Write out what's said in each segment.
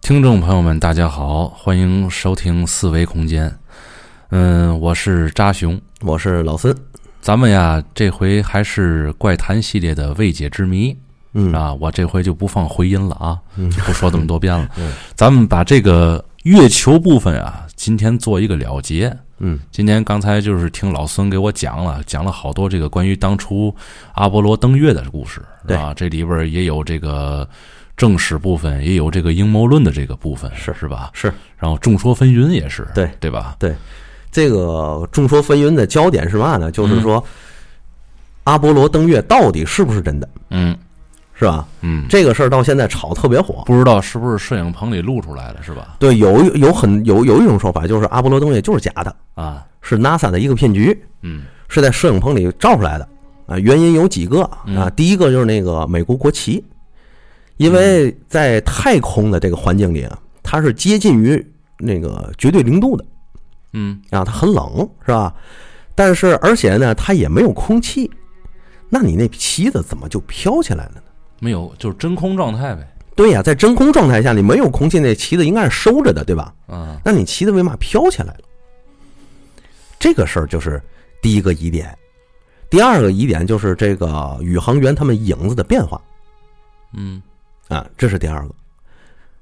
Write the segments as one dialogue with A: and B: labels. A: 听众朋友们，大家好，欢迎收听四维空间。嗯，我是扎熊，
B: 我是老孙。
A: 咱们呀，这回还是怪谈系列的未解之谜。
B: 嗯
A: 啊，我这回就不放回音了啊，
B: 嗯
A: 不说这么多遍 了
B: 嗯。
A: 咱们把这个月球部分啊，今天做一个了结。
B: 嗯
A: 今天刚才就是听老孙给我讲了，讲了好多这个关于当初阿波罗登月的故事，是吧？这里边也有这个正史部分，也有这个阴谋论的这个部分，
B: 是
A: 是吧？
B: 是
A: 然后众说纷纭也是，
B: 对
A: 对吧？
B: 这个众说纷纭的焦点是嘛呢？就是说，阿波罗登月到底是不是真的，
A: 嗯
B: 是吧？
A: 嗯，
B: 这个事儿到现在炒特别火。
A: 不知道是不是摄影棚里录出来的，是吧？
B: 对，有有很有有一种说法，就是阿波罗登月就是假的，
A: 啊，
B: 是 NASA 的一个骗局，
A: 嗯
B: 是在摄影棚里照出来的啊。原因有几个啊，第一个就是那个美国国旗，因为在太空的这个环境里啊，它是接近于那个绝对零度的。
A: 嗯
B: 啊，它很冷，是吧？但是而且呢，它也没有空气，那你那旗子怎么就飘起来了呢？
A: 没有，就是真空状态呗。
B: 对呀、在真空状态下，你没有空气，那旗子应该是收着的，对吧？
A: 啊，
B: 那你旗子为嘛飘起来了？这个事儿就是第一个疑点，第二个疑点就是这个宇航员他们影子的变化
A: 嗯
B: 啊，这是第二个。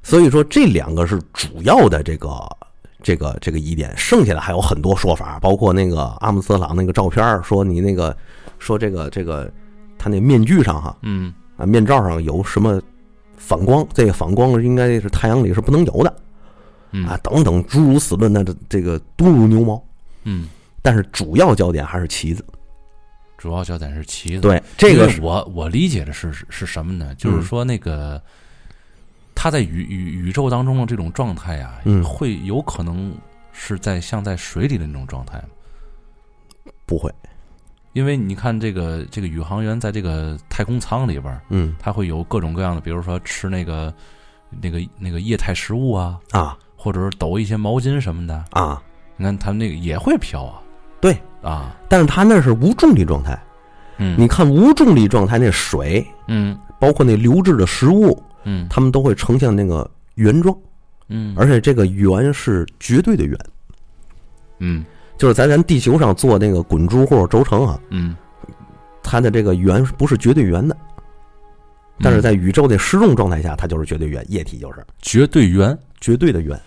B: 所以说这两个是主要的这个这个这个疑点，剩下的还有很多说法，包括那个阿姆斯特朗那个照片儿，说你那个说这个这个他那面具上哈
A: 嗯
B: 啊面罩上有什么反光，这个反光应该是太阳里是不能有的
A: 嗯
B: 啊，等等诸如此论的这这个多如牛毛。
A: 嗯，
B: 但是主要焦点还是旗子，
A: 主要焦点是旗子。
B: 对这个
A: 因为
B: 是嗯
A: 我我理解的是是是什么呢？就是说那个、他在宇宇宇宙当中的这种状态啊，
B: 嗯
A: 会有可能是在像在水里的那种状态吗
B: 不会，
A: 因为你看这个这个宇航员在这个太空舱里边儿，
B: 嗯
A: 他会有各种各样的，比如说吃那个那个那个液态食物啊，
B: 啊
A: 或者是抖一些毛巾什么的。
B: 啊，
A: 你看他那个也会飘啊，
B: 对
A: 啊，
B: 但是他那是无重力状态，
A: 嗯，
B: 你看无重力状态那水，
A: 嗯
B: 包括那流质的食物，
A: 嗯
B: 他们都会呈现那个原状，
A: 嗯，
B: 而且这个圆是绝对的圆，
A: 嗯
B: 就是在咱地球上做那个滚珠或者轴承啊，
A: 嗯，
B: 它的这个圆不是绝对圆的，但是
A: 嗯
B: 在宇宙的失重状态下，它就是绝对圆，液体就是
A: 绝对圆，
B: 绝对的圆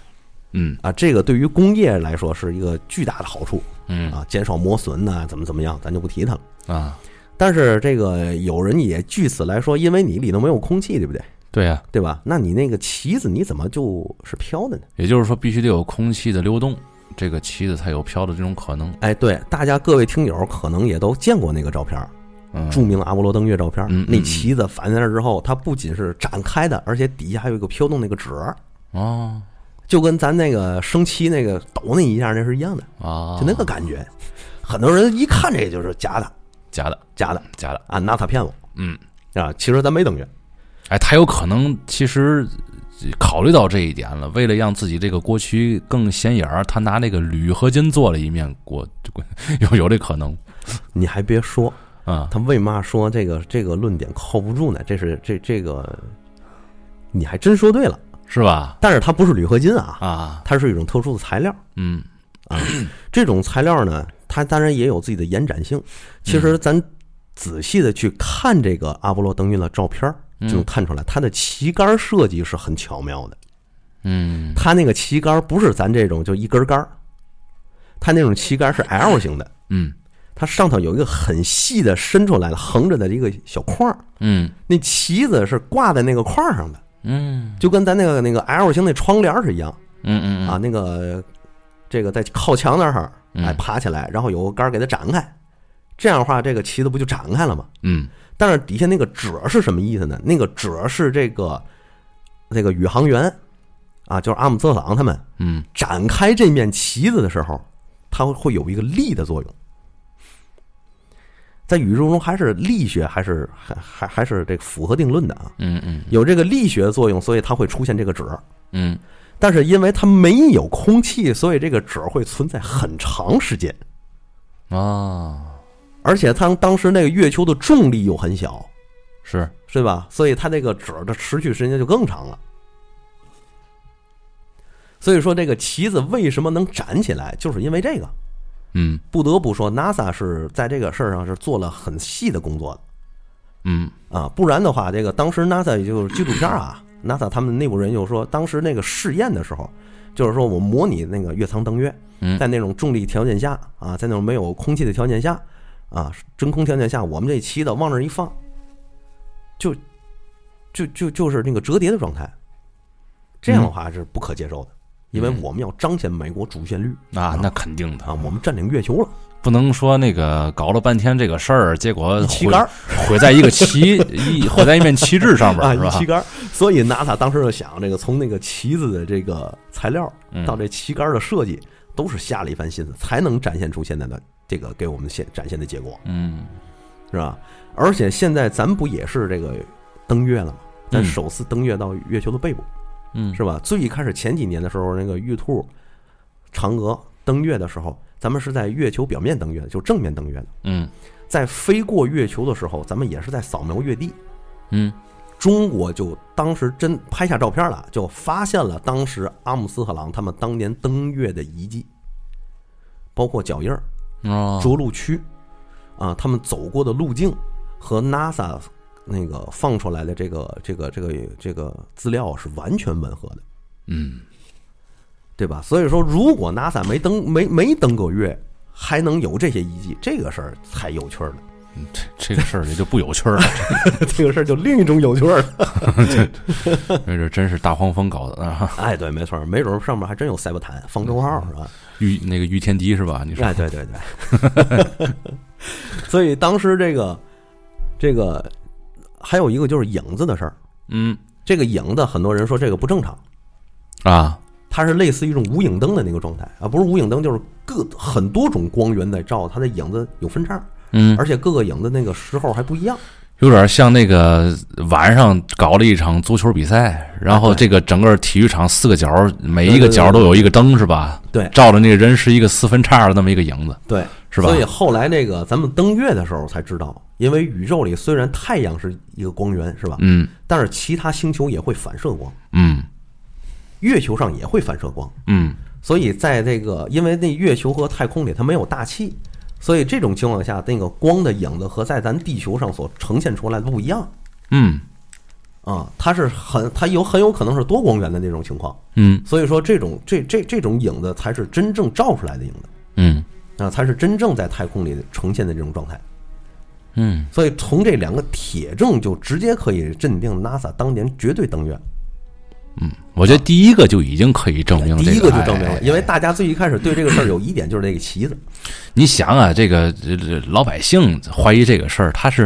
A: 嗯
B: 啊。这个对于工业来说是一个巨大的好处
A: 嗯
B: 啊，减少磨损呐、怎么怎么样，咱就不提它了。
A: 啊，
B: 但是这个有人也据此来说，因为你里头没有空气，对不对？
A: 对啊呀、
B: 对吧？那你那个旗子你怎么就是飘的呢？
A: 也就是说，必须得有空气的流动，这个旗子才有飘的这种可能。
B: 哎，对，大家各位听友可能也都见过那个照片儿，
A: 嗯，
B: 著名阿波罗登月照片儿。
A: 嗯嗯
B: 那旗子反在那儿之后，它不仅是展开的，而且底下还有一个飘动那个褶儿，
A: 哦
B: 就跟咱那个升旗那个抖那一下那是一样的，
A: 啊，
B: 就那个感觉。很多人一看这就是假的，
A: 假的，
B: 假的
A: 假的。
B: 啊，拿他骗我
A: 嗯，
B: 啊！其实咱没登月，
A: 哎，他有可能其实呃考虑到这一点了，为了让自己这个锅区更显眼儿，他拿那个铝合金做了一面锅， 有有这可能
B: 你还别说，
A: 啊。
B: 他为嘛说这个这个论点靠不住呢？这是这这个，你还真说对了。
A: 是吧？
B: 但是它不是铝合金啊，
A: 啊，
B: 它是一种特殊的材料。啊
A: 嗯
B: 这种材料呢，它当然也有自己的延展性。其
A: 嗯
B: 实咱仔细的去看这个阿波罗登月的照片儿，
A: 嗯
B: 就能看出来，它的旗杆设计是很巧妙的。
A: 嗯
B: 它那个旗杆不是咱这种就一根杆儿，它那种旗杆是 L 型的，
A: 嗯
B: 它上头有一个很细的伸出来的横着的一个小框儿，
A: 嗯
B: 那旗子是挂在那个框儿上的，
A: 嗯
B: 就跟咱那个那个 L 型那窗帘儿是一样
A: 嗯嗯
B: 啊。那个这个在靠墙那儿
A: 嗯
B: 哎爬起来，然后有个杆儿给它展开，这样的话这个旗子不就展开了吗？
A: 嗯
B: 但是底下那个褶是什么意思呢？那个褶是这个那个宇航员啊，就是阿姆斯特朗他们
A: 嗯
B: 展开这面旗子的时候，它会会有一个力的作用。在宇宙中，还是力学，还是还还还是这个符合定论的啊，
A: 嗯嗯
B: 有这个力学作用，所以它会出现这个褶儿。
A: 嗯
B: 但是因为它没有空气，所以这个褶儿会存在很长时间，
A: 嗯啊，
B: 而且它当时那个月球的重力又很小，
A: 是
B: 是吧？所以它这个褶儿的持续时间就更长了。所以说这个旗子为什么能展起来，就是因为这个。
A: 嗯
B: 不得不说，NASA 是在这个事儿上是做了很细的工作的。
A: 嗯
B: 啊，不然的话，这个当时 NASA 也就是纪录片啊，NASA 他们内部人就说，当时那个试验的时候，就是说我模拟那个月舱登月，
A: 嗯
B: 在那种重力条件下啊，在那种没有空气的条件下啊，真空条件下，我们这旗子往那儿一放，就就就就是那个折叠的状态，这样的话是不可接受的，因
A: 嗯
B: 为我们要彰显美国主旋律
A: 啊，那肯定的
B: 啊，我们占领月球了，
A: 不能说那个搞了半天这个事儿，结果
B: 一旗杆
A: 毁
B: 儿
A: 毁在一个旗一毁在一面旗帜上边
B: 啊，
A: 儿，是
B: 一
A: 吧
B: 旗？杆儿。所以 NASA 当时就想，这个从那个旗子的这个材料
A: 嗯
B: 到这旗杆儿的设计，都是下了一番心思，才能展现出现在的这个给我们现展现的结果，
A: 嗯
B: 是吧？而且现在咱不也是这个登月了吗？咱
A: 嗯
B: 首次登月到月球的背部，
A: 嗯，
B: 是吧？最一开始前几年的时候，那个玉兔、嫦娥登月的时候，咱们是在月球表面登月的，就正面登月的。
A: 嗯
B: 在飞过月球的时候，咱们也是在扫描月地，
A: 嗯
B: 中国就当时真拍下照片了，就发现了当时阿姆斯特朗他们当年登月的遗迹，包括脚印儿、
A: 哦，
B: 着陆区，啊，他们走过的路径和 NASA 那个放出来的这个这个这个这个资料是完全吻合的，
A: 嗯
B: 对吧？所以说，如果 NASA 没登没没登过月，还能有这些遗迹，这个事儿才有趣儿呢。
A: 这这个事儿也就不有趣儿了，
B: 这个事儿就另一种有趣儿了。
A: 这这真是大黄蜂搞的啊！
B: 哎，对，没错儿，没准儿上面还真有赛博坦、方舟号是吧？
A: 御那个御天敌是吧？你说
B: 哎，对对对。 所以当时这个这个还有一个就是影子的事儿，
A: 嗯
B: 这个影子很多人说这个不正常，
A: 啊
B: 它是类似于一种无影灯的那个状态啊，不是无影灯，就是各很多种光源在照，它的影子有分叉，
A: 嗯，
B: 而且各个影子那个时候还不一样。
A: 有点像那个晚上搞了一场足球比赛，然后
B: 啊对
A: 这个整个体育场四个角，每
B: 对
A: 一个
B: 对
A: 角
B: 对
A: 都有一个灯是吧？
B: 对
A: 照着那个人是一个四分叉的那么一个影子，
B: 对，
A: 是吧
B: 所以后来那个咱们登月的时候才知道，因为宇宙里虽然太阳是一个光源是吧，
A: 嗯
B: 但是其他星球也会反射光，
A: 嗯
B: 月球上也会反射光。
A: 嗯
B: 所以在这个，因为那月球和太空里它没有大气，所以这种情况下，那个光的影子和在咱地球上所呈现出来的不一样
A: 嗯
B: 啊，它是很它有很有可能是多光源的那种情况，
A: 嗯
B: 所以说这种这这这种影子才是真正照出来的影子
A: 嗯
B: 啊，才是真正在太空里呈现的这种状态。
A: 嗯
B: 所以从这两个铁证就直接可以镇定 NASA 当年绝对登月，
A: 嗯，我觉得第一个就已经可以证明这
B: 啊第一
A: 个
B: 个就证明
A: 哎
B: 了，因为大家最一开始对这个事儿有疑点就是那个旗子，
A: 你想啊，这个呃老百姓怀疑这个事儿，他是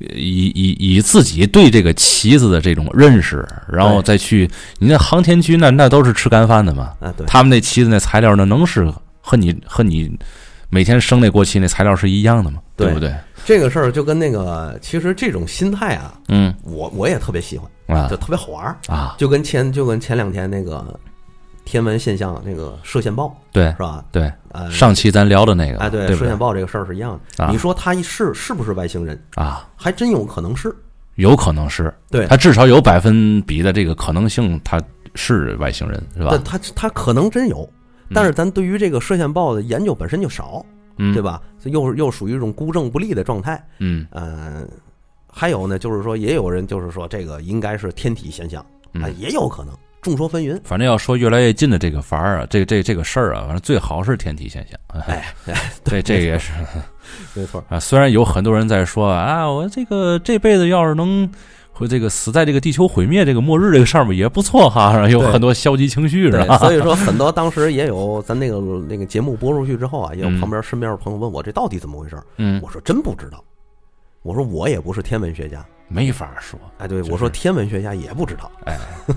A: 呃以以以自己对这个旗子的这种认识，然后再去，你那航天局那那都是吃干饭的嘛，
B: 啊，对，
A: 他们那旗子那材料那能是和你和你每天生那国旗那材料是一样的吗？
B: 对
A: 对不对？
B: 这个事儿就跟那个其实这种心态啊，
A: 嗯
B: 我我也特别喜欢，
A: 啊
B: 就特别好玩儿，
A: 啊，
B: 就跟前就跟前两天那个天文现象那个射线暴
A: 对
B: 是吧？
A: 对，
B: 呃，
A: 上期咱聊的那个，
B: 哎对，
A: 对不
B: 射
A: 对
B: 线暴这个事儿是一样的。
A: 啊
B: 你说他一是是不是外星人？
A: 啊？
B: 还真有可能是。
A: 有可能是，
B: 对
A: 他至少有百分比的这个可能性，他是外星人是吧
B: 但？他他可能真有，但是咱对于这个射线暴的研究本身就少，
A: 嗯，
B: 对？吧？所以又是又属于一种孤证不立的状态。
A: 嗯
B: 嗯，还有呢，就是说也有人就是说这个应该是天体现象，啊，
A: 嗯。
B: 也有可能，众说纷纭。
A: 反正要说越来越近的这个法儿啊，这这这个事儿啊，反正最好是天体现象。
B: 哎，
A: 这这个也是
B: 没错，
A: 啊，虽然有很多人在说啊，我这个这辈子要是能会这个死在这个地球毁灭这个末日这个上面也不错哈，然后有
B: 对
A: 很多消极情绪是
B: 对，
A: 吧？
B: 所以说很多当时也有咱那个那个节目播出去之后啊，也有旁边身边的朋友问我这到底怎么回事儿，
A: 嗯，
B: 我说真不知道，我说我也不是天文学家，
A: 没法说，
B: 哎，对
A: 就是
B: 我说天文学家也不知道，
A: 哎，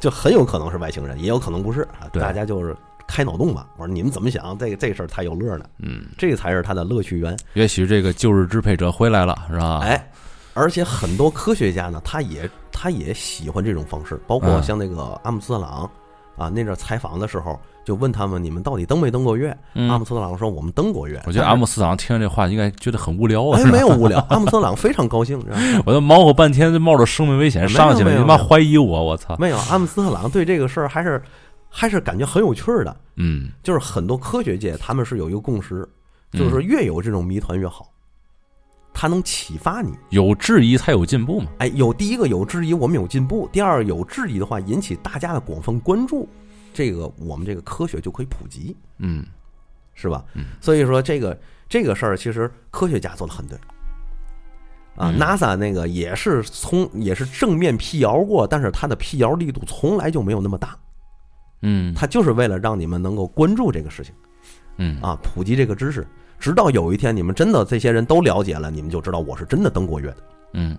B: 就很有可能是外星人，也有可能不是啊，
A: 对
B: 大家就是开脑洞吧，我说你们怎么想，这这事儿才有乐呢，
A: 嗯，
B: 这才是他的乐趣源，
A: 也许这个旧日支配者回来了是吧？，
B: 哎。而且很多科学家呢，他也他也喜欢这种方式，包括
A: 嗯
B: 像那个阿姆斯特朗啊，那阵儿采访的时候就问他们，你们到底登没登过月？阿
A: 嗯
B: 姆，斯特朗说：“我们登过月。”
A: 我觉得阿姆斯朗听这话应该觉得很无聊啊
B: 哎，，没有 无聊，阿姆斯特朗非常高兴，知道吗？
A: 我都忙活半天，就冒着生命危险上去了，
B: 没有
A: 你
B: 没有
A: 妈怀疑我，我操！
B: 没有，阿姆斯特朗对这个事儿还是还是感觉很有趣儿的。
A: 嗯
B: 就是很多科学界他们是有一个共识，就是
A: 嗯
B: 说越有这种谜团越好，它能启发你。
A: 有质疑才有进步嘛。
B: 哎，有第一个有质疑，我们有进步；第二有质疑的话，引起大家的广泛关注，这个我们这个科学就可以普及，
A: 嗯
B: 是吧？所以说这个这个事儿，其实科学家做的很对。啊，NASA
A: 嗯
B: 那个也是从也是正面辟谣过，但是它的辟谣力度从来就没有那么大，
A: 嗯
B: 它就是为了让你们能够关注这个事情。
A: 嗯
B: 啊，普及这个知识，直到有一天你们真的这些人都了解了，你们就知道我是真的登过月的
A: 嗯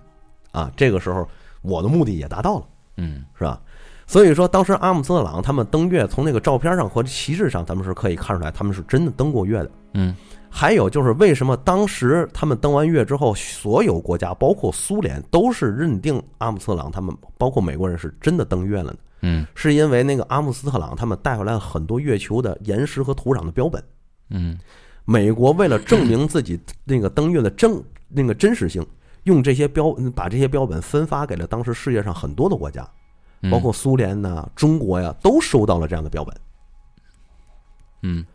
B: 啊。这个时候我的目的也达到了，
A: 嗯
B: 是吧？所以说，当时阿姆斯特朗他们登月，从那个照片上和旗帜上，咱们是可以看出来，他们是真的登过月的。
A: 嗯
B: 还有就是，为什么当时他们登完月之后，所有国家，包括苏联，都是认定阿姆斯特朗他们，包括美国人是真的登月了呢？
A: 嗯
B: 是因为那个阿姆斯特朗他们带回来了很多月球的岩石和土壤的标本。
A: 嗯
B: 美国为了证明自己那个登月的真那个真实性，用这些标把这些标本分发给了当时世界上很多的国家，
A: 嗯
B: 包括苏联呐、中国呀、都收到了这样的标本
A: 嗯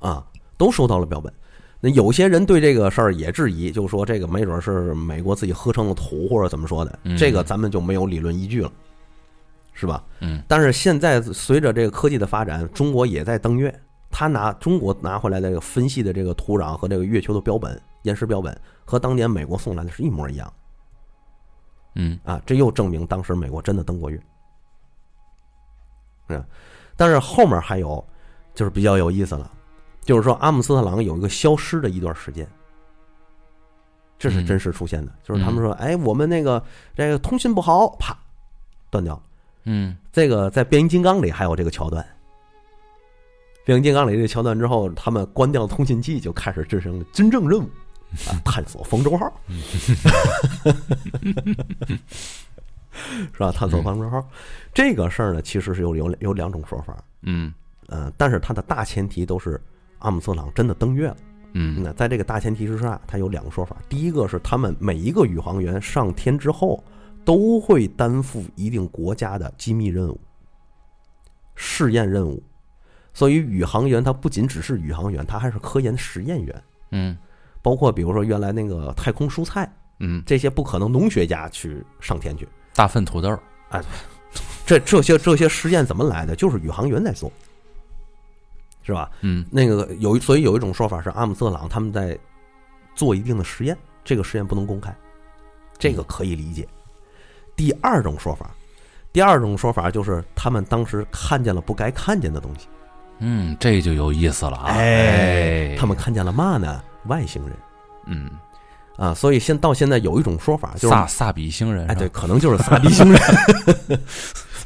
B: 啊，都收到了标本。那有些人对这个事儿也质疑，就说这个没准是美国自己喝成了土或者怎么说的，这个咱们就没有理论依据了，是吧？
A: 嗯。
B: 但是现在随着这个科技的发展，中国也在登月。他拿中国拿回来的这个分析的这个土壤和这个月球的标本、岩石标本，和当年美国送来的是一模一样
A: 嗯
B: 啊！这又证明当时美国真的登过月。嗯，但是后面还有就是比较有意思了，就是说阿姆斯特朗有一个消失的一段时间。这是真实出现的，就是他们说，哎，我们那个这个通信不好，啪，断掉了。
A: 嗯
B: 这个在《变形金刚》里还有这个桥段，《变形金刚》里这桥段之后，他们关掉通信器，就开始执行了真正任务，啊，探索方舟号，是吧？探索方舟号这个事儿呢，其实是有有有两种说法，
A: 嗯
B: 呃，但是它的大前提都是阿姆斯特朗真的登月了。
A: 嗯
B: 那在这个大前提之下，它有两个说法，第一个是他们每一个宇航员上天之后都会担负一定国家的机密任务、试验任务，所以宇航员他不仅只是宇航员，他还是科研实验员，
A: 嗯
B: 包括比如说原来那个太空蔬菜
A: 嗯，
B: 这些不可能农学家去上天去，
A: 大粪土豆。
B: 这这些这些实验怎么来的？就是宇航员在做，是吧？
A: 嗯
B: 那个有，所以有一种说法是阿姆斯特朗他们在做一定的实验，这个实验不能公开，这
A: 嗯
B: 个可以理解。第二种说法，第二种说法就是他们当时看见了不该看见的东西，
A: 嗯，这就有意思了啊！
B: 哎
A: 哎，
B: 他们看见了嘛呢？外星人
A: 嗯，
B: 啊，所以现到现在有一种说法就是，
A: 萨萨比星人，啊
B: 哎，对，，可能就是萨比星人，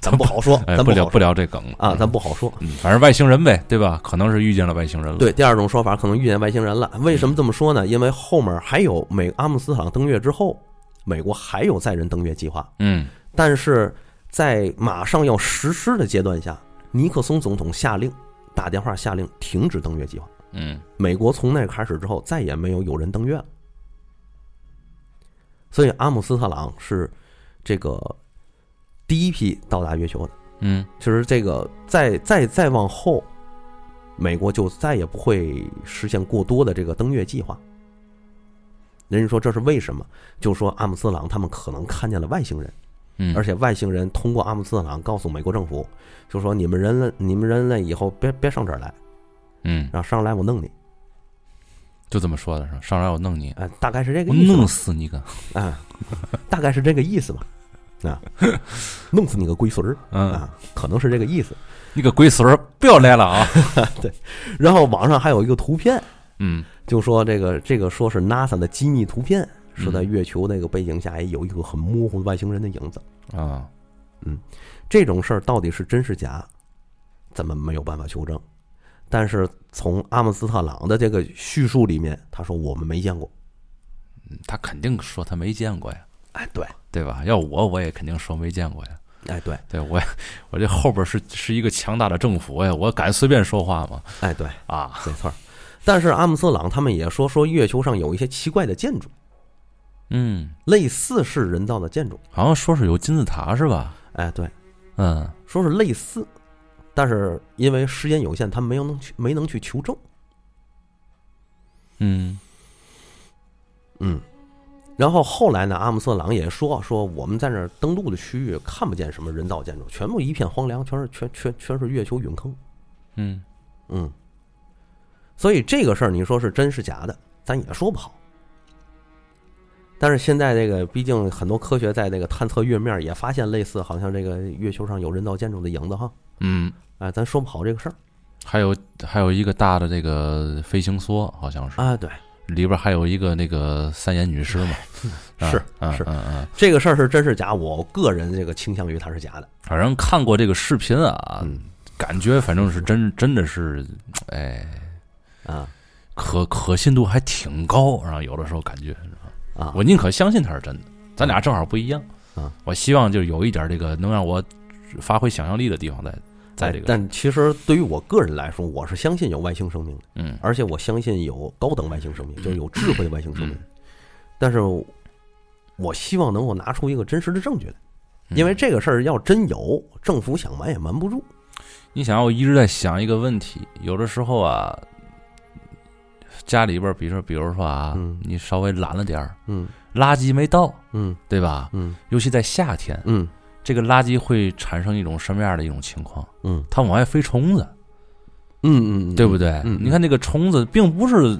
B: 咱不好说，
A: 哎，
B: 咱
A: 不
B: 好
A: 聊
B: 说
A: 不聊这梗了
B: 啊，咱不好说。
A: 嗯，反正外星人呗，对吧？可能是遇见了外星人了。，
B: 对，第二种说法可能遇见外星人了。为什么这么说呢？因为后面还有美阿姆斯特朗登月之后，美国还有载人登月计划，
A: 嗯
B: 但是在马上要实施的阶段下，尼克松总统下令打电话下令停止登月计划。
A: 嗯
B: 美国从那开始之后，再也没有有人登月了。所以阿姆斯特朗是这个第一批到达月球的。
A: 嗯
B: 其实这个再再再往后，美国就再也不会实现过多的这个登月计划。人家说这是为什么？就说阿姆斯特朗他们可能看见了外星人，
A: 嗯，
B: 而且外星人通过阿姆斯特朗告诉美国政府，就说你们人类，你们人类以后别别上这儿来，
A: 嗯，
B: 然后上来我弄你，
A: 就这么说的是吧，上来我弄你，
B: 啊、大概是这个
A: 我
B: 意思吧
A: 弄死你个，
B: 啊，大概是这个意思吧，啊，弄死你个龟孙儿
A: 嗯，
B: 啊，可能是这个意思。
A: 你个龟孙儿，不要来了啊！
B: 然后网上还有一个图片，
A: 嗯
B: 就说这个这个说是 NASA 的机密图片，
A: 嗯
B: 是在月球那个背景下有一个很模糊的外星人的影子。
A: 啊，
B: 这种事儿到底是真是假，咱们没有办法求证。但是从阿姆斯特朗的这个叙述里面，他说我们没见过。
A: 嗯他肯定说他没见过呀，
B: 哎，对，
A: 对吧？要我我也肯定说没见过呀。
B: 哎对，
A: 对我，我这后边是是一个强大的政府呀，我敢随便说话吗？
B: 哎对，
A: 啊，
B: 没错儿。但是阿姆斯特朗他们也说，说月球上有一些奇怪的建筑，
A: 嗯，
B: 类似是人造的建筑。
A: 好像说是有金字塔是吧？
B: 哎，对，
A: 嗯
B: 说是类似，但是因为时间有限，他没有能去没能去求证。
A: 嗯
B: 嗯，然后后来呢，阿姆斯特朗也说说我们在那儿登陆的区域看不见什么人造建筑，全部一片荒凉，全是全全全是月球陨坑。
A: 嗯
B: 嗯，所以这个事儿你说是真是假的，咱也说不好。但是现在这个，毕竟很多科学在那个探测月面也发现类似，好像这个月球上有人造建筑的影子哈。
A: 嗯，
B: 哎，咱说不好这个事儿
A: 还有还有一个大的这个飞行梭，好像是
B: 啊。对，
A: 里边还有一个那个三眼女尸嘛，啊
B: 是
A: 嗯
B: 哎是
A: 嗯嗯，
B: 这个事儿是真是假，我个人这个倾向于它是假的。
A: 反正看过这个视频啊，
B: 嗯
A: 感觉反正是真真的是，哎，
B: 啊
A: 可可信度还挺高，然后有的时候感觉
B: 啊，
A: 我宁可相信它是真的，咱
B: 嗯
A: 俩正好不一样
B: 啊，
A: 我希望就有一点这个能让我发挥想象力的地方在在
B: 哎
A: 这个，
B: 但其实对于我个人来说，我是相信有外星生命的，
A: 嗯
B: 而且我相信有高等外星生命，就是有智慧的外星生命。但是，我希望能够拿出一个真实的证据来，
A: 嗯
B: 因为这个事儿要真有，政府想瞒也瞒不住。
A: 你想，我一直在想一个问题，有的时候啊，家里边儿，比如说，比如说啊，
B: 嗯
A: 你稍微懒了点儿，
B: 嗯
A: 垃圾没到，
B: 嗯
A: 对吧？
B: 嗯
A: 尤其在夏天，
B: 嗯
A: 这个垃圾会产生一种什么样的一种情况？
B: 嗯
A: 它往外飞虫子，
B: 嗯嗯，
A: 对不对？
B: 嗯
A: 你看那个虫子，并不是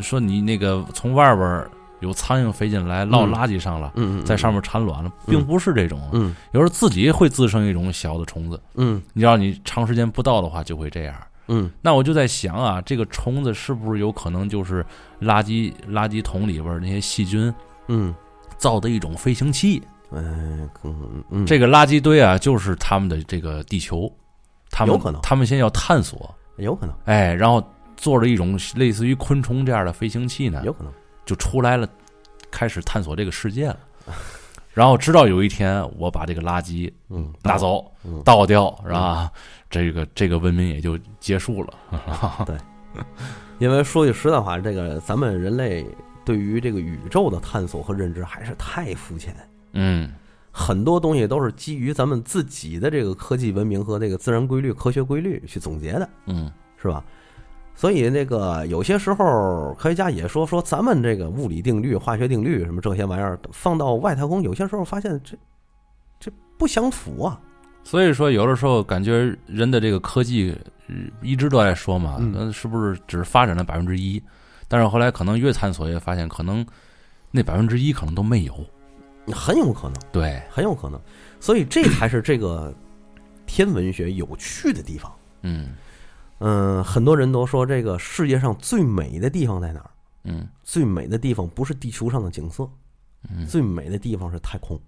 A: 说你那个从外边儿有苍蝇飞进来落
B: 嗯
A: 垃圾上了，
B: 嗯嗯
A: 在上面产卵了，并不是这种。
B: 嗯
A: 有时候自己会滋生一种小的虫子，
B: 嗯
A: 你让你长时间不倒的话，就会这样。
B: 嗯
A: 那我就在想啊，这个虫子是不是有可能就是垃圾垃圾桶里边儿那些细菌
B: 嗯
A: 造的一种飞行器？
B: 嗯嗯嗯，
A: 这个垃圾堆啊，就是他们的这个地球，他们
B: 有可能
A: 他们先要探索，
B: 有可能，
A: 哎，然后做着一种类似于昆虫这样的飞行器呢，
B: 有可能。
A: 就出来了，开始探索这个世界了。然后直到有一天，我把这个垃圾
B: 嗯，
A: 拿走
B: 嗯、
A: 倒掉，是吧？这个这个文明也就结束了。
B: 因为说句实在话，这个咱们人类对于这个宇宙的探索和认知还是太肤浅，
A: 嗯
B: 很多东西都是基于咱们自己的这个科技文明和这个自然规律、科学规律去总结的，
A: 嗯
B: 是吧？所以那个有些时候，科学家也说说咱们这个物理定律、化学定律什么这些玩意儿，放到外太空，有些时候发现这这不相符啊。
A: 所以说，有的时候感觉人的这个科技呃一直都在说嘛，
B: 嗯
A: 那是不是只发展了百分之一？但是后来可能越探索越发现，可能那百分之一可能都没有。
B: 很有可能，
A: 对，
B: 很有可能，所以这才是这个天文学有趣的地方。
A: 嗯
B: 嗯，很多人都说这个世界上最美的地方在哪儿？
A: 嗯
B: 最美的地方不是地球上的景色，
A: 嗯
B: 最美的地方是太空。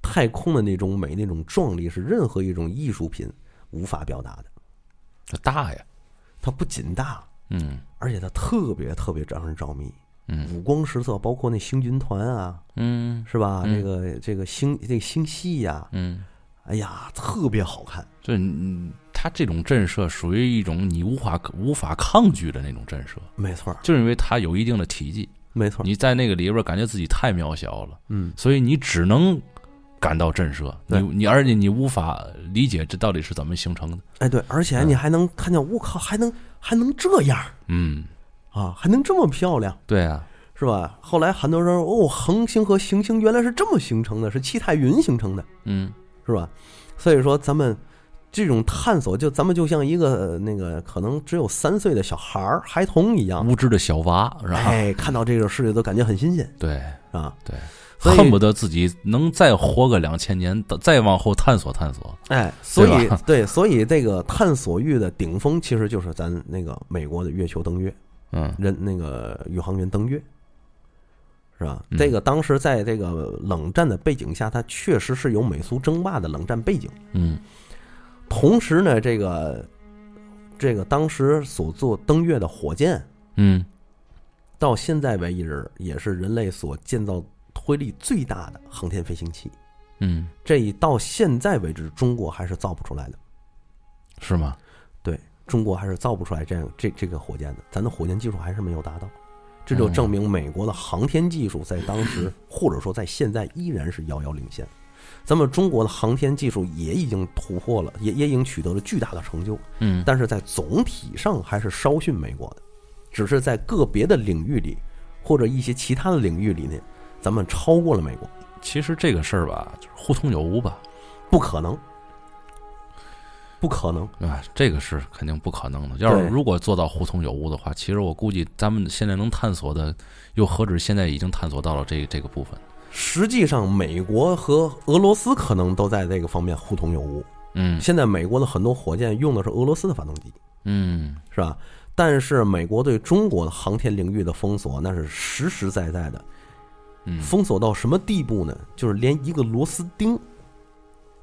B: 太空的那种美，那种壮丽，是任何一种艺术品无法表达的。
A: 这大呀，
B: 它不仅大，
A: 嗯
B: 而且它特别特别让人着迷，
A: 嗯
B: 五光十色，包括那星云团啊，
A: 嗯
B: 是吧？
A: 嗯
B: 这个这个星这个星系呀、
A: 嗯，
B: 哎呀，特别好看。
A: 这嗯它这种震慑属于一种你无法无法抗拒的那种震慑，
B: 没错儿，
A: 就是因为它有一定的体积，
B: 没错儿，
A: 你在那个里边儿感觉自己太渺小了。
B: 嗯，
A: 所以你只能感到震慑，你
B: 对
A: 你而且你无法理解这到底是怎么形成的。
B: 哎对，而且你还能看见，我靠，还能还能这样儿
A: 嗯，
B: 啊，还能这么漂亮。
A: 对啊，
B: 是吧？后来很多人说哦，恒星和行星原来是这么形成的，是气态云形成的，
A: 嗯
B: 是吧？所以说咱们这种探索，就咱们就像一个呃那个可能只有三岁的小孩儿、孩童一样，
A: 无知的小娃，嗯是吧？
B: 哎，看到这个世界都感觉很新鲜
A: 对
B: 啊，
A: 对，
B: 所以
A: 恨不得自己能再活个两千年，再往后探索探索。
B: 哎，所以
A: 对吧
B: 对，所以这个探索欲的顶峰其实就是咱那个美国的月球登月，
A: 嗯
B: 人那个宇航员登月，是吧？
A: 嗯
B: 这个当时在这个冷战的背景下，它确实是有美苏争霸的冷战背景。
A: 嗯
B: 同时呢，这个这个当时所做登月的火箭，
A: 嗯
B: 到现在为止也是人类所建造推力最大的航天飞行器。
A: 嗯，
B: 这一到现在为止，中国还是造不出来的。
A: 是吗？
B: 对中国还是造不出来这样这这个火箭的，咱的火箭技术还是没有达到。这就证明美国的航天技术在当时，或者说在现在依然是遥遥领先。咱们中国的航天技术也已经突破了，也也已经取得了巨大的成就，
A: 嗯
B: 但是在总体上还是稍逊美国的，只是在个别的领域里或者一些其他的领域里呢，咱们超过了美国，
A: 其实这个事儿吧，就是互通有无吧，
B: 不可能，不可能。
A: 啊，这个是肯定不可能的。要是
B: 对
A: 如果做到互通有无的话，其实我估计咱们现在能探索的，又何止现在已经探索到了这这个部分？
B: 实际上，美国和俄罗斯可能都在这个方面互通有无。
A: 嗯
B: 现在美国的很多火箭用的是俄罗斯的发动机，
A: 嗯，
B: 是吧？但是美国对中国的航天领域的封锁，那是实实在在的。
A: 嗯
B: 封锁到什么地步呢？就是连一个螺丝钉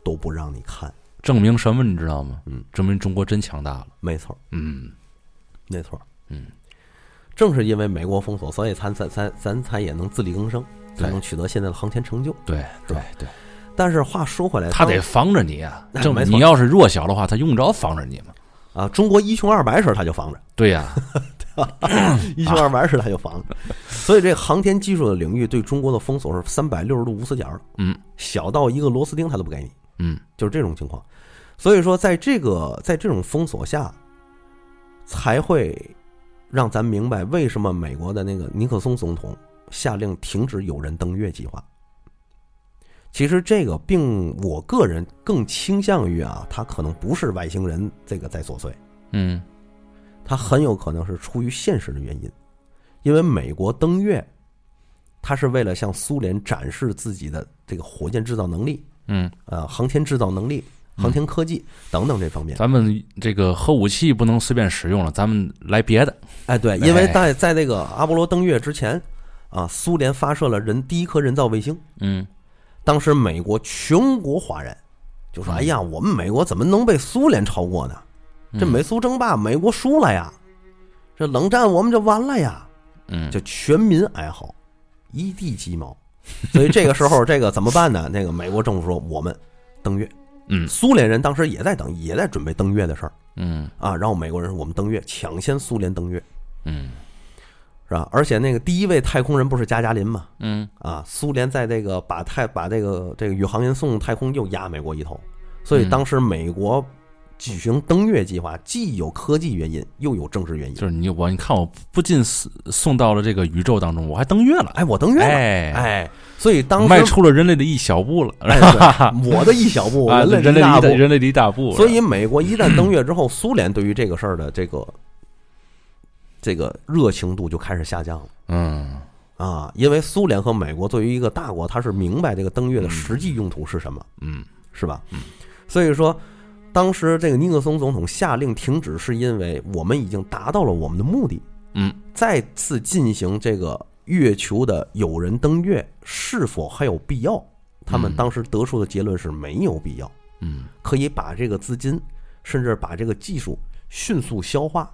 B: 都不让你看。
A: 证明什么你知道吗？
B: 嗯，
A: 证明中国真强大了。
B: 没错儿，
A: 嗯
B: 没错。
A: 嗯，
B: 正是因为美国封锁，所以咱咱咱咱才也能自力更生，才
A: 对
B: 能取得现在的航天成就。
A: 对对对，
B: 但是话说回来，
A: 哎他
B: 当
A: 得防着你 啊！
B: 哎
A: 证
B: 没
A: 明
B: 错
A: 你要是弱小的话，他用不着防着你嘛。
B: 啊，中国一穷二白时他就防着。
A: 对呀、
B: 一穷二白时他就防了。所以这航天技术的领域对中国的封锁是三百六十度无死角的，
A: 嗯
B: 小到一个螺丝钉他都不给你，
A: 嗯
B: 就是这种情况。所以说，在这个在这种封锁下，才会让咱明白为什么美国的那个尼克松总统下令停止有人登月计划。其实这个并我个人更倾向于啊，他可能不是外星人这个在作祟，
A: 嗯
B: 它很有可能是出于现实的原因，因为美国登月，它是为了向苏联展示自己的这个火箭制造能力、
A: 嗯，
B: 呃航天制造能力、航天科技等等这方面。
A: 咱们这个核武器不能随便使用了，咱们来别的。
B: 哎，对，因为在在这个阿波罗登月之前，啊，苏联发射了人第一颗人造卫星，
A: 嗯
B: 当时美国全国哗然，就说：“
A: 嗯
B: 哎呀，我们美国怎么能被苏联超过呢？这美苏争霸，美国输了呀，这冷战我们就完了呀。”
A: 嗯，
B: 就全民哀嚎，一地鸡毛。所以这个时 候，这个怎么办呢？那个美国政府说我们登月，
A: 嗯
B: 苏联人当时也在等，也在准备登月的事儿
A: 嗯
B: 啊。然后美国人说我们登月，抢先苏联登月，
A: 嗯
B: 是吧？而且那个第一位太空人不是加加林嘛？
A: 嗯
B: 啊，苏联在这个把太把这个这个宇航员送太空又压美国一头，所
A: 嗯
B: 以当时美国举行登月计划，既有科技原因，又有政治原因
A: 就。是你我，你看我不仅送送到了这个宇宙当中，我还登月了，
B: 哎，我登月了，
A: 哎
B: 哎，所以当时
A: 迈出了人类的一小步了，
B: 哎，对，我的一小步，
A: 啊，
B: 人类
A: 人
B: 的
A: 类
B: 一大
A: 的
B: 步。
A: 人类的一大步，
B: 所以，美国一旦登月之后，苏联对于这个事儿的这个这个热情度就开始下降了
A: 嗯
B: 啊，因为苏联和美国作为一个大国，它是明白这个登月的实际用途是什么，
A: 嗯
B: 是吧？所以说，当时这个尼克松总统下令停止，是因为我们已经达到了我们的目的，
A: 嗯
B: 再次进行这个月球的有人登月是否还有必要？他们当时得出的结论是没有必要。
A: 嗯
B: 可以把这个资金，甚至把这个技术迅速消化，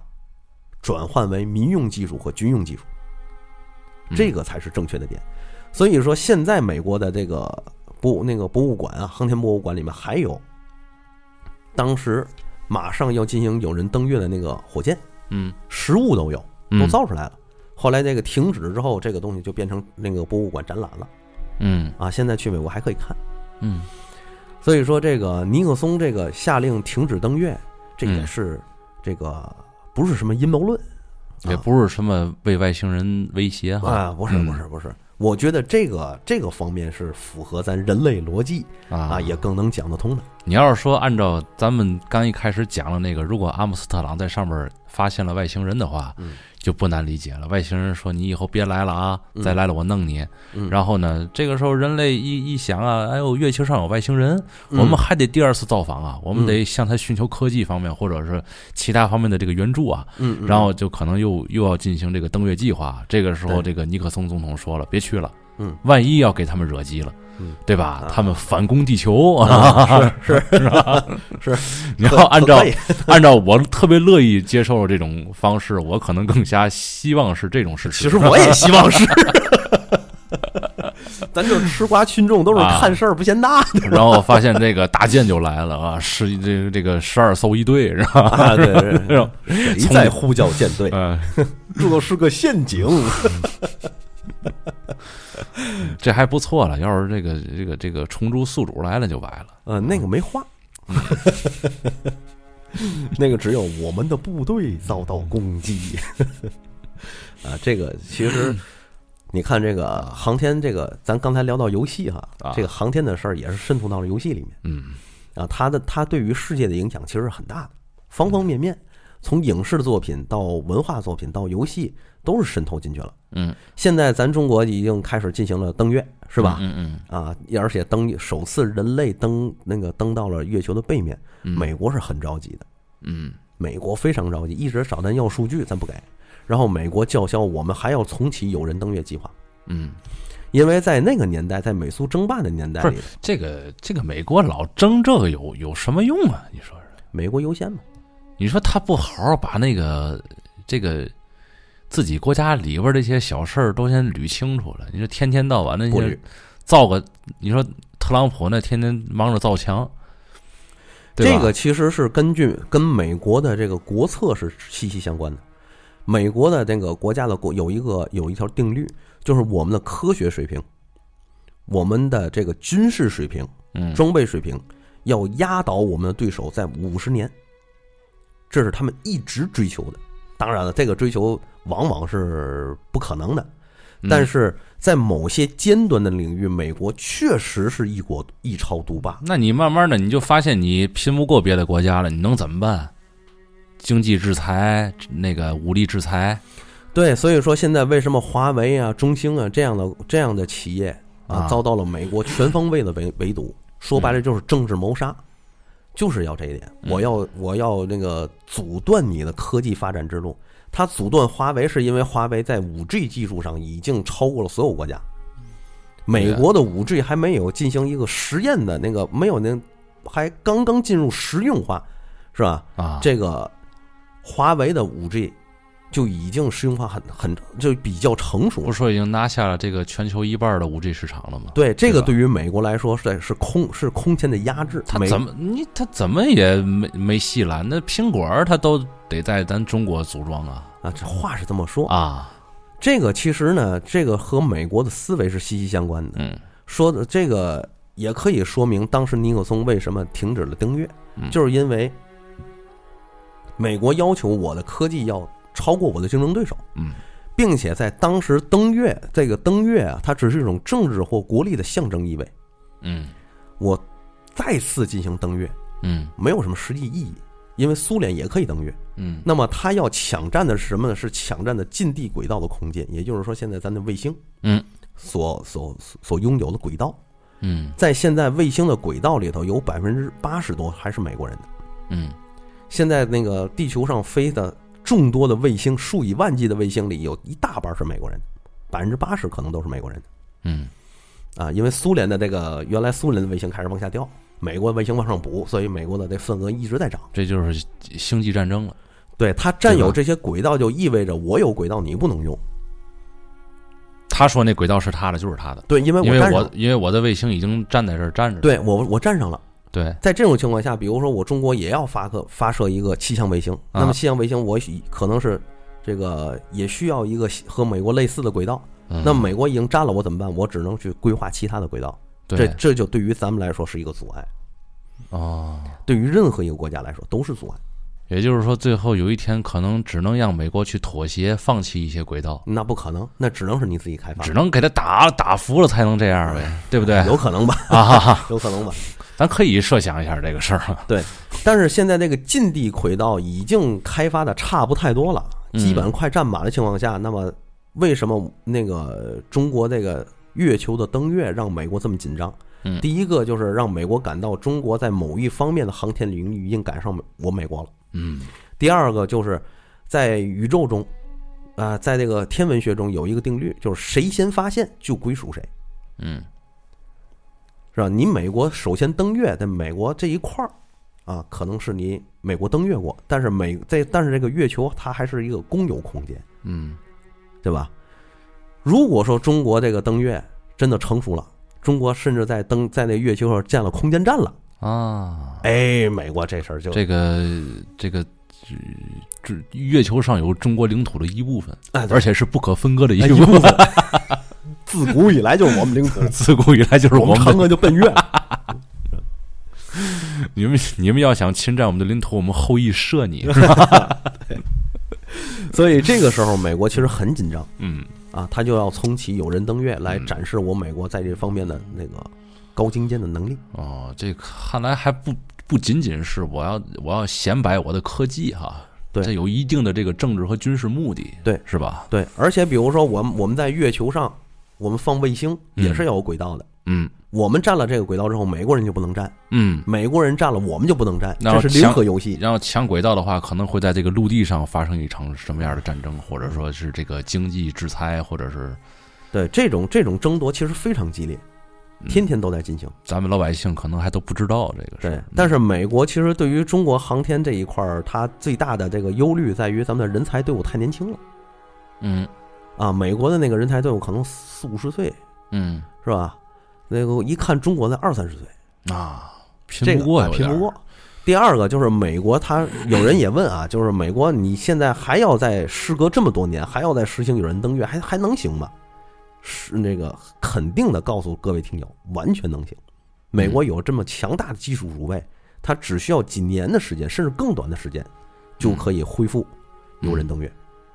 B: 转换为民用技术和军用技术，
A: 嗯
B: 这个才是正确的点。所以说，现在美国的这个博那个博物馆啊，航天博物馆里面还有当时马上要进行有人登月的那个火箭，
A: 嗯
B: 实物都有，
A: 嗯
B: 都造出来了。后来那个停止之后，这个东西就变成那个博物馆展览了
A: 嗯
B: 啊！现在去美国还可以看。
A: 嗯
B: 所以说，这个尼克松这个下令停止登月，这也
A: 嗯
B: 是这个不是什么阴谋论啊
A: 也不是什么为外星人威胁哈
B: 啊，不是不是不是，我觉得这个这个方面是符合咱人类逻辑啊，
A: 啊
B: 也更能讲得通的。
A: 你要是说按照咱们刚一开始讲的那个，如果阿姆斯特朗在上面发现了外星人的话，
B: 嗯
A: 就不难理解了。外星人说：“你以后别来了啊，
B: 嗯
A: 再来了我弄你。
B: 嗯
A: 然后呢，这个时候人类一一想啊，哎呦，月球上有外星人，
B: 嗯
A: 我们还得第二次造访啊，我们
B: 嗯
A: 得向他寻求科技方面或者是其他方面的这个援助啊。
B: 嗯，嗯
A: 然后就可能又又要进行这个登月计划。这个时候，
B: 对
A: 这个尼克松总统说了，别去了，
B: 嗯，
A: 万一要给他们惹急了，
B: 嗯
A: 对
B: 啊
A: 吧？他们反攻地球
B: 啊是 是
A: 你要 按照
B: 嗯可以
A: 按照我特别乐意接受这种方式，我可能更加希望是这种事
B: 其
A: 实。
B: 实我也希望是。咱就是吃瓜群众，都是
A: 啊
B: 看事儿不嫌大的。
A: 然后发现这个大舰就来了啊，是这个这个十二艘一队，然 后
B: 啊，对对对，
A: 然后
B: 谁在呼叫舰
A: 哎
B: 队？
A: 嗯，
B: 这都是个陷阱。
A: 这还不错了。要是这个这个这个虫珠宿主来了就完了。
B: 呃，那个没画， 那个只有我们的部队遭到攻击。 啊，这个其实你看，这个航天，这个咱刚才聊到游戏哈
A: 啊，
B: 这个航天的事儿也是渗透到了游戏里面
A: 嗯
B: 啊。它的它对于世界的影响其实是很大的，方方面面，从影视作品到文化作品到游戏，都是渗透进去了。
A: 嗯，
B: 现在咱中国已经开始进行了登月，是吧？
A: 嗯嗯
B: 啊，而且登首次人类登那个登到了月球的背面，美国是很着急的，
A: 嗯
B: 美国非常着急，一直找咱要数据，咱不给。然后美国叫嚣我们还要重启有人登月计划，
A: 嗯，
B: 因为在那个年代，在美苏争霸的年代里，
A: 这个这个美国老争这个有有什么用啊？你说是？
B: 美国优先嘛。
A: 你说他不好好把那个这个自己国家里边这些小事儿都先捋清楚了，你说天天到晚那
B: 不
A: 些
B: 捋
A: 造个，你说特朗普那天天忙着造墙，对吧
B: 这个其实是根据跟美国的这个国策是息息相关的。美国的那个国家的国有一个有一条定律，就是我们的科学水平，我们的这个军事水平
A: 嗯
B: 装备水平要压倒我们的对手在五十年，这是他们一直追求的。当然了，这个追求往往是不可能的，
A: 嗯
B: 但是在某些尖端的领域，美国确实是一国一超独霸。
A: 那你慢慢的你就发现你拼不过别的国家了，你能怎么办？经济制裁，那个武力制裁，
B: 对，所以说现在为什么华为啊、中兴啊这样的这样的企业啊，
A: 啊
B: 遭到了美国全方位的围围堵，说白了就是政治谋杀，就是要这一点。我要我要那个阻断你的科技发展之路。它阻断华为是因为华为在五 G 技术上已经超过了所有国家，美国的五 G 还没有进行一个实验的那个没有那还刚刚进入实用化，是吧？
A: 啊，
B: 这个华为的五 G 就已经实用化很很就比较成熟
A: 不
B: 了。
A: 是说已经拿下了这个全球一半的五 G 市场了吗？
B: 对这
A: 对
B: 个，
A: 吧
B: 对于美国来说是是空是空前的压制。
A: 他
B: 美
A: 怎么你他怎么也没没戏了？那苹果儿他都得在咱中国组装啊
B: 啊？这话是这么说，
A: 啊，
B: 这个其实呢，这个和美国的思维是息息相关的。
A: 嗯
B: 说的这个也可以说明当时尼克松为什么停止了登月，
A: 嗯
B: 就是因为美国要求我的科技要超过我的竞争对手。
A: 嗯
B: 并且在当时登月，这个登月啊，它只是一种政治或国力的象征意味。
A: 嗯
B: 我再次进行登月，
A: 嗯
B: 没有什么实际意义，因为苏联也可以登月。
A: 嗯
B: 那么它要抢占的是什么呢？是抢占的近地轨道的空间，也就是说，现在咱的卫星
A: 嗯
B: 所所所所拥有的轨道，
A: 嗯
B: 在现在卫星的轨道里头有百分之八十多还是美国人的。
A: 嗯
B: 现在那个地球上飞的众多的卫星，数以万计的卫星里，有一大半是美国人，百分之八十可能都是美国人。
A: 嗯
B: 啊，因为苏联的这个原来苏联的卫星开始往下掉，美国卫星往上补，所以美国的这份额一直在涨。
A: 这就是星际战争了。
B: 对它占
A: 对
B: 有
A: 吧
B: 这些轨道，就意味着我有轨道，你不能用。
A: 他说那轨道是他的，就是他的，
B: 对，因为我
A: 因为
B: 占上
A: 我
B: 了，
A: 因为我的卫星已经站在这儿站着了。
B: 对我我占上了。
A: 对，
B: 在这种情况下，比如说我中国也要发个发射一个气象卫星，
A: 啊
B: 那么气象卫星我许可能是这个也需要一个和美国类似的轨道。
A: 嗯
B: 那美国已经占了，我怎么办？我只能去规划其他的轨道。这
A: 对
B: 这就对于咱们来说是一个阻碍，
A: 哦。
B: 对于任何一个国家来说都是阻碍。
A: 也就是说，最后有一天可能只能让美国去妥协，放弃一些轨道，
B: 那不可能，那只能是你自己开发。
A: 只能给他打打服了才能这样呗，对不对？
B: 有可能吧，
A: 啊，
B: 有可能吧。
A: 咱可以设想一下这个事儿。
B: 对，但是现在这个近地轨道已经开发的差不太多了，
A: 嗯
B: 基本上快占满的情况下，那么为什么那个中国这个月球的登月让美国这么紧张？
A: 嗯
B: 第一个就是让美国感到中国在某一方面的航天领域已经赶上我美国了。
A: 嗯
B: 第二个就是在宇宙中，啊、在这个天文学中有一个定律，就是谁先发现就归属谁。
A: 嗯
B: 是吧？你美国首先登月，在美国这一块儿啊，可能是你美国登月过，但是美这但是这个月球它还是一个公有空间，
A: 嗯
B: 对吧？如果说中国这个登月真的成熟了，中国甚至在登在那月球上建了空间站了，
A: 啊，
B: 哎，美国这事儿就
A: 这个这个。这月球上有中国领土的一部分，
B: 哎对
A: 而且是不可分割的一
B: 哎一
A: 部
B: 部
A: 分。，
B: 分自古以来就是我们领土
A: 自古以来 就是
B: 我
A: 我
B: 们
A: 们
B: 长
A: 的。
B: 歌就奔月。
A: 你们你们要想侵占我们的领土，我们后羿射 你。
B: 所以这个时候，美国其实很紧张
A: 嗯
B: 啊，他就要重启有人登月来展示我美国在这方面的那个高精尖的能力。
A: 哦，这看来还不不仅仅是我要我要显摆我的科技哈，
B: 对
A: 这有一定的这个政治和军事目的，
B: 对
A: 是吧？
B: 对，而且比如说我们我们在月球上，我们放卫星也是要有轨道的。
A: 嗯
B: 我们占了这个轨道之后，美国人就不能占，
A: 嗯。
B: 美国人占了我们就不能占，
A: 那
B: 这是
A: 想
B: 零和游戏。
A: 然后抢轨道的话，可能会在这个陆地上发生一场什么样的战争，或者说是这个经济制裁，或者是
B: 对，这种这种争夺其实非常激烈，天天都在进行。
A: 咱们老百姓可能还都不知道这个事
B: 对
A: 儿。，
B: 但是美国其实对于中国航天这一块儿，它最大的这个忧虑在于咱们的人才队伍太年轻了
A: 嗯
B: 啊。美国的那个人才队伍可能四五十岁
A: 嗯
B: 是吧？那个一看中国的二三十岁，
A: 啊，拼
B: 这
A: 不
B: 个
A: 过
B: 啊
A: 有
B: 拼
A: 点儿
B: 不过。第二个就是美国，它有人也问 啊，就是美国你现在还要在时隔这么多年还要在实行有人登月，还还能行吗？是那个肯定的告诉各位听友，完全能行。美国有这么强大的技术储备，它只需要几年的时间，甚至更短的时间，就可以恢复有人登月。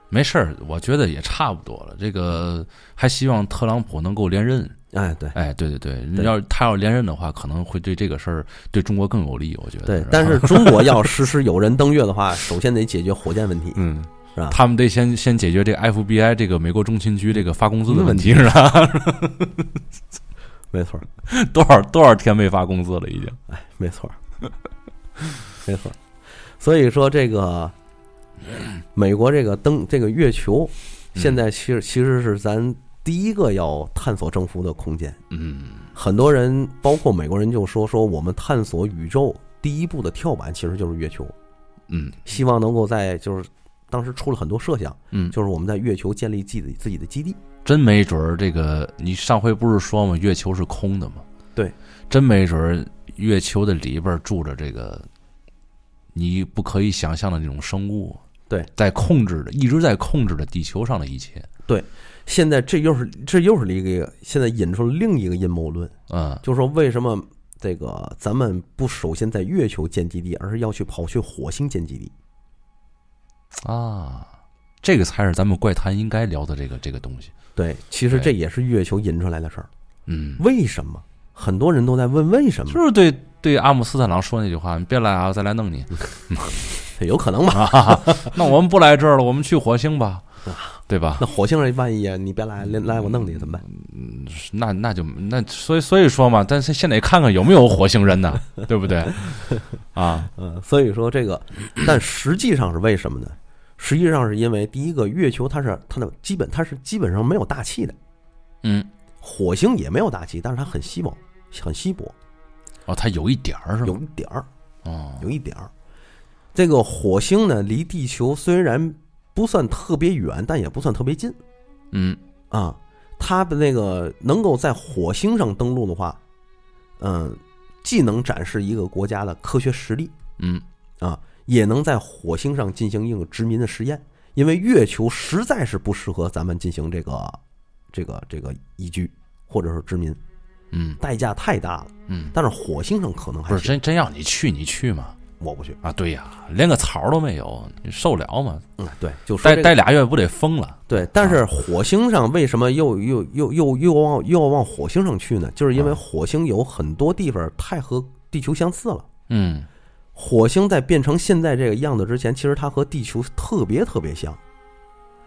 A: 没事儿，我觉得也差不多了。这个还希望特朗普能够连任。
B: 哎，对
A: 哎，对对对，
B: 对
A: 要是他要连任的话，可能会对这个事儿对中国更有利，我觉得。
B: 对
A: 吧，
B: 但是中国要实施有人登月的话，首先得解决火箭问题。
A: 嗯，
B: 是吧
A: 他们得先先解决这个 FBI 这个美国中情局这个发工资的
B: 嗯
A: 问题，是吧？
B: 没错儿，
A: 多少多少天没发工资了，已经。
B: 没错儿，没错儿。所以说，这个美国这个登这个月球，现在其实其实是咱第一个要探索征服的空间。
A: 嗯
B: 很多人，包括美国人，就说说我们探索宇宙第一步的跳板其实就是月球，
A: 嗯
B: 希望能够在就是当时出了很多设想，
A: 嗯，
B: 就是我们在月球建立自己的自己的基地。
A: 真没准儿这个你上回不是说吗？月球是空的吗？
B: 对，
A: 真没准儿月球的里边儿住着这个你不可以想象的那种生物。
B: 对，
A: 在控制着，一直在控制着地球上的一切。
B: 现在这又是这又是一个现在引出了另一个阴谋论，
A: 嗯
B: 就说为什么这个咱们不首先在月球建基地，而是要去跑去火星建基地？
A: 啊，这个才是咱们怪谈应该聊的这个这个东西。
B: 对，其实这也是月球引出来的事儿。
A: 嗯，
B: 为什么？很多人都在问为什么？
A: 就是对对阿姆斯特朗说那句话：“你别来啊，再来 弄你。
B: 有可能吧？
A: 啊那我们不来这儿了，我们去火星吧，对吧？
B: 那火星人万一啊你别来，来来我弄你怎么办？
A: 嗯那那就那所以所以说嘛，但是先得看看有没有火星人呢，对不对？啊，
B: 嗯，所以说这个，但实际上是为什么呢？实际上是因为第一个，月球它是它的基本它是基本上没有大气的，
A: 嗯，
B: 火星也没有大气，但是它很稀薄，很稀薄，
A: 哦，他有一点儿是吧？
B: 有一点儿。
A: 哦，
B: 有一点儿。这个火星呢，离地球虽然不算特别远，但也不算特别近
A: 嗯，
B: 啊。它的那个能够在火星上登陆的话，嗯，既能展示一个国家的科学实力
A: 嗯
B: 啊，也能在火星上进行一个殖民的实验。因为月球实在是不适合咱们进行这个、这个、这个移居或者是殖民，
A: 嗯
B: 代价太大了。
A: 嗯，
B: 但是火星上可能还
A: 不是
B: 行，
A: 真真要你去你去嘛？
B: 我不去。
A: 啊，对呀，连个槽儿都没有，你受了吗？
B: 嗯，对，就说
A: 待
B: 这个
A: 待俩月不得疯了？
B: 对，但
A: 啊
B: 是火星上为什么又又又又又往又要往火星上去呢？就是因为
A: 啊
B: 火星有很多地方太和地球相似了。
A: 嗯
B: 火星在变成现在这个样子之前，其实它和地球特别特别像。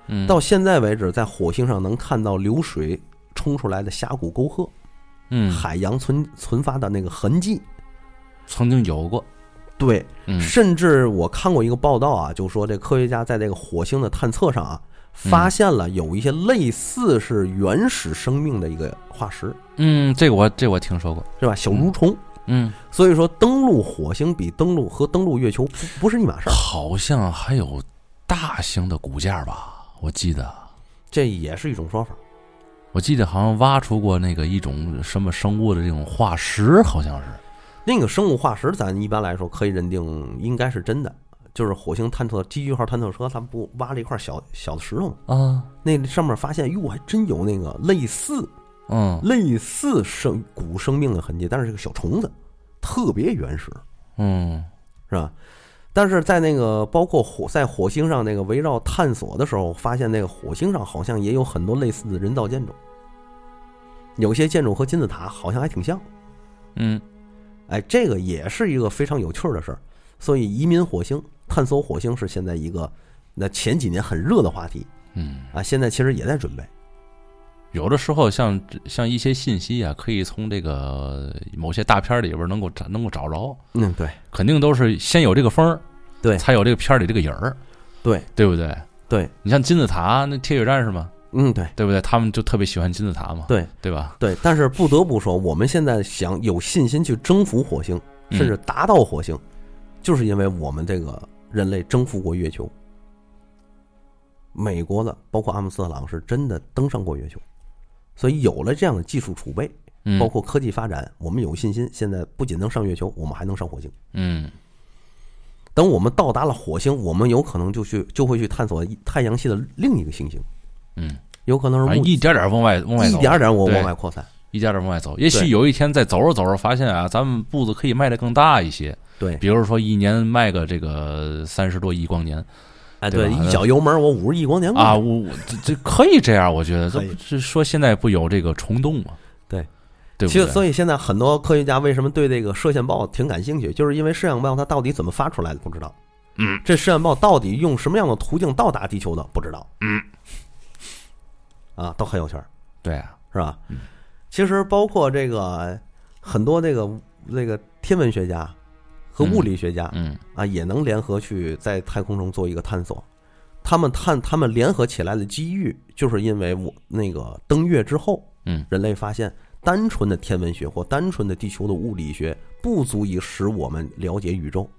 A: 嗯，
B: 到现在为止，在火星上能看到流水冲出来的峡谷沟壑、
A: 嗯
B: 海洋存存发的那个痕迹。
A: 曾经有过，
B: 对，
A: 嗯
B: 甚至我看过一个报道啊，就说这科学家在这个火星的探测上啊，
A: 嗯
B: 发现了有一些类似是原始生命的一个化石。
A: 嗯，这个我这我听说过，
B: 是吧？小蠕虫。
A: 嗯，
B: 所以说，登陆火星比登陆和登陆月球不不是一码事儿，
A: 好像还有大型的骨架吧，我记得。
B: 这也是一种说法。
A: 我记得好像挖出过那个一种什么生物的这种化石，好像是。
B: 啊那个生物化石，咱一般来说可以认定应该是真的，就是火星探测机器号探测车，它不挖了一块小小的石头吗？
A: 啊，
B: 那上面发现，哟，还真有那个类似
A: 嗯
B: 类似生古生命的痕迹，但是是个小虫子，特别原始，
A: 嗯
B: 是吧？但是在那个包括火在火星上那个围绕探索的时候，发现那个火星上好像也有很多类似的人造建筑，有些建筑和金字塔好像还挺像。
A: 嗯
B: 哎，这个也是一个非常有趣儿的事儿。所以移民火星、探索火星是现在一个那前几年很热的话题
A: 嗯，
B: 啊，现在其实也在准备。
A: 有的时候像像一些信息啊，可以从这个某些大片儿里边儿能够找能够找着，
B: 嗯，对
A: 肯定都是先有这个风儿，
B: 对
A: 才有这个片儿里这个影儿，
B: 对
A: 对不对？
B: 对，
A: 你像金字塔那铁血战士嘛，
B: 嗯，对
A: 对不对？他们就特别喜欢金字塔嘛，
B: 对
A: 对吧？
B: 对。但是不得不说，我们现在想有信心去征服火星，甚
A: 嗯
B: 至达到火星，就是因为我们这个人类征服过月球。美国的，包括阿姆斯特朗是真的登上过月球，所以有了这样的技术储备，
A: 嗯
B: 包括科技发展，我们有信心，现在不仅能上月球，我们还能上火星。
A: 嗯
B: 等我们到达了火星，我们有可能就去就会去探索太阳系的另一个行星，
A: 嗯，
B: 有可能是
A: 反正
B: 木
A: 一点点儿往外往外
B: 一
A: 走，
B: 点点我
A: 对
B: 往外扩散。
A: 一点点往外走。也许
B: 对
A: 有一天再走着走着，发现啊，咱们步子可以迈得更大一些，
B: 对，
A: 比如说一年迈个这个三十多亿光年
B: 哎，
A: 对吧
B: 一脚油哎门，我五十亿光年过去
A: 啊，我我这这可以这样，我觉得这
B: 可以
A: 不这说现在不有这个虫洞吗？
B: 对，
A: 对不
B: 其实，
A: 对？
B: 所以现在很多科学家为什么对这个射线暴挺感兴趣，就是因为射线暴它到底怎么发出来的不知道，
A: 嗯，
B: 这射线暴到底用什么样的途径到达地球的不知道，嗯，啊，都很有趣儿，
A: 对啊，
B: 是吧？其实包括这个很多这个那个天文学家和物理学家，
A: 嗯
B: 啊，也能联合去在太空中做一个探索。他们探，他们联合起来的机遇，就是因为我那个登月之后，
A: 嗯，
B: 人类发现单纯的天文学或单纯的地球的物理学不足以使我们了解宇宙，